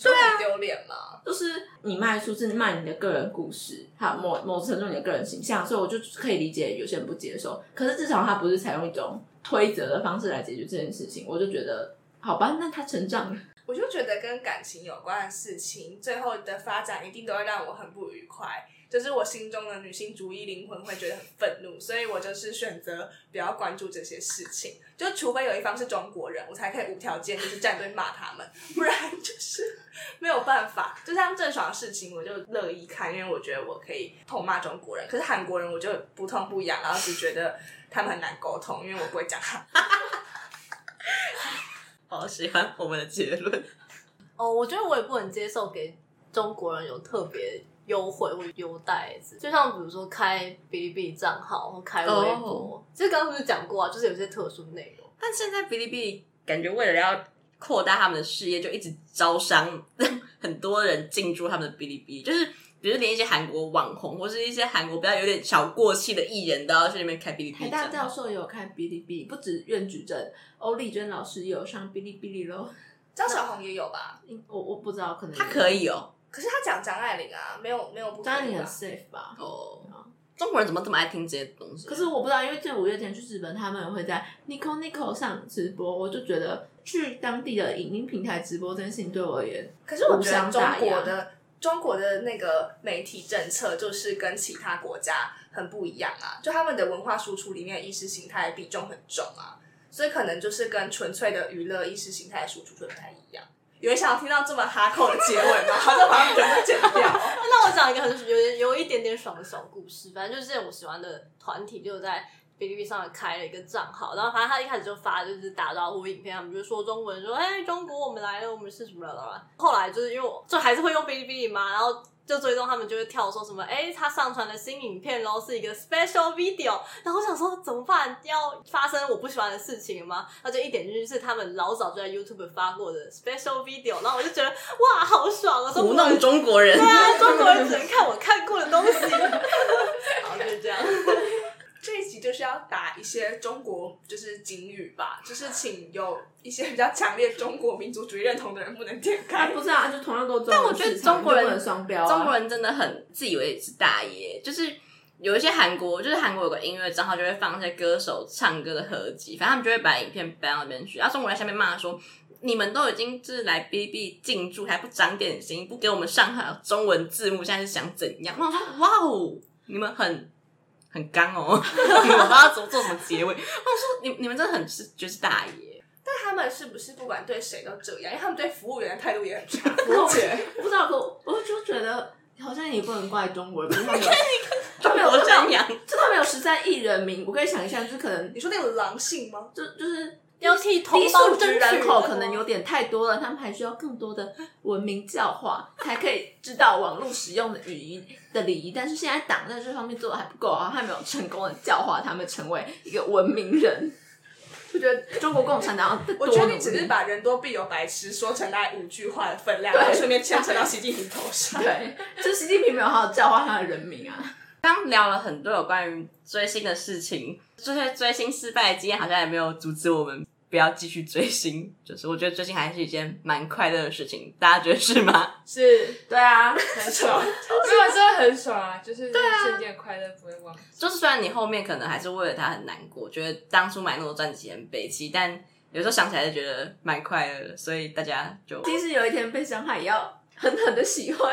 Speaker 1: 对啊，丢脸嘛。
Speaker 2: 就是你卖书是卖你的个人故事，还有某某程度你的个人形象，所以我就可以理解有些人不接受。可是至少他不是采用一种推责的方式来解决这件事情，我就觉得好吧，那他成长了。
Speaker 1: 我就觉得跟感情有关的事情，最后的发展一定都会让我很不愉快。就是我心中的女性主义灵魂会觉得很愤怒，所以我就是选择不要关注这些事情。就除非有一方是中国人，我才可以无条件就是站队骂他们，不然就是 [laughs] 没有办法。就像郑爽的事情，我就乐意看，因为我觉得我可以痛骂中国人。可是韩国人，我就不痛不痒，然后只觉得他们很难沟通，因为我不会讲韩
Speaker 4: [laughs] 好喜欢我们的结论。
Speaker 6: 哦，我觉得我也不能接受给中国人有特别优惠或优待之类，就像比如说开哔哩哔哩账号或开微博，其实刚刚不是讲过啊，就是有些特殊内容。
Speaker 4: 但现在哔哩哔哩感觉为了要扩大他们的事业，就一直招商， [laughs] 很多人进驻他们的哔哩哔哩，就是比如连一些韩国网红或是一些韩国比较有点小过气的艺人，都要去那边开哔哩哔
Speaker 2: 台
Speaker 4: 哩
Speaker 2: 大
Speaker 4: 账
Speaker 2: 教
Speaker 4: 号。
Speaker 2: 授也有看哔哩哔哩，不止苑举正，欧丽娟老师也有上哔哩哔哩喽。
Speaker 1: 张小红也有吧？
Speaker 2: 嗯我我不知道，可能
Speaker 4: 他可以哦，
Speaker 1: 可是他讲张爱玲啊，没有没有不可
Speaker 2: 当然
Speaker 1: 以
Speaker 2: 也很
Speaker 1: 吧？
Speaker 2: safe 吧。
Speaker 4: 哦，中国人怎么这么爱听这些东西？啊
Speaker 2: 可是我不知道，因为这五月天去日本，他们会在 Nico Nico 上直播，我就觉得去当地的影音平台直播这件事情对我而言，
Speaker 1: 可是我觉得
Speaker 2: 无伤
Speaker 1: 中
Speaker 2: 大雅
Speaker 1: 国的中国的那个媒体政策就是跟其他国家很不一样啊，就他们的文化输出里面意识形态比重很重啊，所以可能就是跟纯粹的娱乐意识形态的输出就不太一样。有人想要听到这么哈扣的结尾 [laughs] 吗？好像把他们全部剪掉。
Speaker 6: 那我讲一个很有点有一点点爽的小故事，反正就是我喜欢的团体就在哔哩哔哩上开了一个账号，然后反正他一开始就发就是打招呼影片，他们就说中文，说哎中国我们来了，我们是什么啦啦啦。后来就是因为我就还是会用哔哩哔哩嘛，然后。就追踪他们就会跳说什么，哎、他上传的新影片咯，是一个 special video。然后我想说怎么办？要发生我不喜欢的事情了吗？那就一点进去是他们老早就在 YouTube 发过的 special video，然后我就觉得哇，好爽啊！
Speaker 4: 糊弄中国人
Speaker 6: 对，啊，中国人只能看我看过的东西。好，就是这样。
Speaker 1: 这一集就是要打一些中国就是警语吧，就是请有一些比较强烈中国民族主义认同的人不能点
Speaker 2: 啊
Speaker 1: 开。
Speaker 2: 不是啊，就同样都中文市场，
Speaker 4: 但我觉得中国人
Speaker 2: 你就不能双标、啊，
Speaker 4: 中国人真的很自以为是大爷，就是有一些韩国，就是韩国有个音乐账号就会放一些歌手唱歌的合集，反正他们就会把影片搬到那边去，然后中国人在下面骂说。你们都已经就是来 B B 进驻，还不长点心，不给我们上好中文字幕，现在是想怎样？那我说哇哦，你们很很刚哦，我 [laughs] 不知道怎么做什么结尾。我想说你你们真的很是就是大爷，
Speaker 1: 但他们是不是不管对谁都这样？因为他们对服务员的态度也很差。
Speaker 2: 我不知道，可我我就觉得好像也不能怪中国人，就是
Speaker 4: [laughs]
Speaker 2: 他们
Speaker 4: 中
Speaker 2: 有，
Speaker 4: 国张扬，
Speaker 2: 就他们有十三亿人民，我可以想一下，就是可能
Speaker 1: 你说那种狼性吗？
Speaker 2: 就就是。
Speaker 6: 要替同
Speaker 2: 低
Speaker 6: 胞
Speaker 2: 素
Speaker 6: 争
Speaker 2: 质
Speaker 6: 取
Speaker 2: 人口可能有点太多了，他们还需要更多的文明教化，才可以知道网络使用的语言的礼仪。但是现在党在这方面做的还不够啊，还没有成功的教化他们成为一个文明人。就觉得中国共产党要多
Speaker 1: 我觉
Speaker 2: 努
Speaker 1: 得
Speaker 2: 力
Speaker 1: 你只是把“人多必有白痴”说成大概五句话的分量，然后顺便牵扯到习近平头上。
Speaker 2: 对，就是习近平没有好好教化他的人民啊。
Speaker 4: 刚聊了很多有关于追星的事情，这些追星失败的经验好像也没有阻止我们不要继续追星，就是我觉得追星还是一件蛮快乐的事情，大家觉得是吗？ [laughs]
Speaker 8: 是
Speaker 5: 对
Speaker 2: [laughs]
Speaker 5: 啊，
Speaker 8: 很爽，没有真的很爽啊，就是瞬间快乐不会忘。
Speaker 4: 就是虽然你后面可能还是为了他很难过，觉得当初买那么多专辑很悲戚，但有时候想起来就觉得蛮快乐的，所以大家就
Speaker 2: 即使有一天被伤害，也要狠狠的喜欢。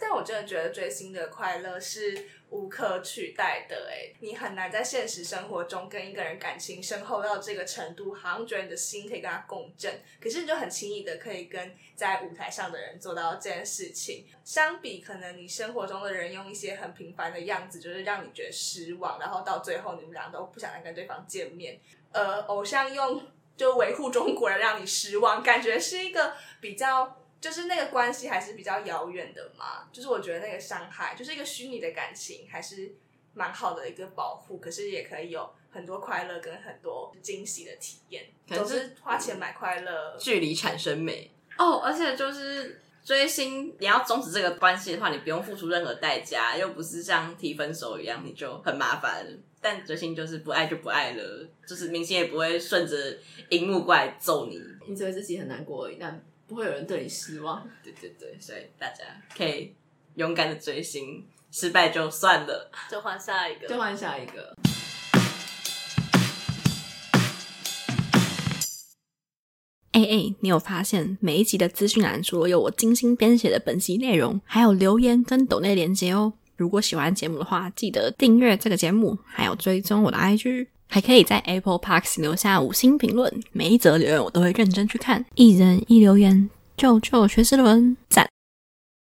Speaker 1: 但我真的觉得追星的快乐是无可取代的、欸，哎，你很难在现实生活中跟一个人感情深厚到这个程度，好像觉得你的心可以跟他共振，可是你就很轻易的可以跟在舞台上的人做到这件事情。相比可能你生活中的人用一些很平凡的样子，就是让你觉得失望，然后到最后你们俩都不想再跟对方见面。呃，偶像用就维护中国人让你失望，感觉是一个比较。就是那个关系还是比较遥远的嘛，就是我觉得那个伤害，就是一个虚拟的感情，还是蛮好的一个保护，可是也可以有很多快乐跟很多惊喜的体验。
Speaker 4: 可能
Speaker 1: 总
Speaker 4: 是
Speaker 1: 之花钱买快乐，
Speaker 4: 距离产生美哦。而且就是追星，你要终止这个关系的话，你不用付出任何代价，又不是像提分手一样，你就很麻烦。但追星就是不爱就不爱了，就是明星也不会顺着荧幕过来揍你。
Speaker 2: 你只会自己很难过而已，但不会有人对你失望。
Speaker 4: [laughs] 对对对，所以大家可以勇敢的追星，失败就算了。
Speaker 6: 就换下一个。
Speaker 2: 就换下一个，
Speaker 7: 哎哎，你有发现每一集的资讯栏除了有我精心编写的本集内容，还有留言跟抖内连接哦。如果喜欢节目的话，记得订阅这个节目，还有追踪我的 IG，还可以在 Apple Parks 留下五星评论，每一则留言我都会认真去看，一人一留言，救救学之伦，赞！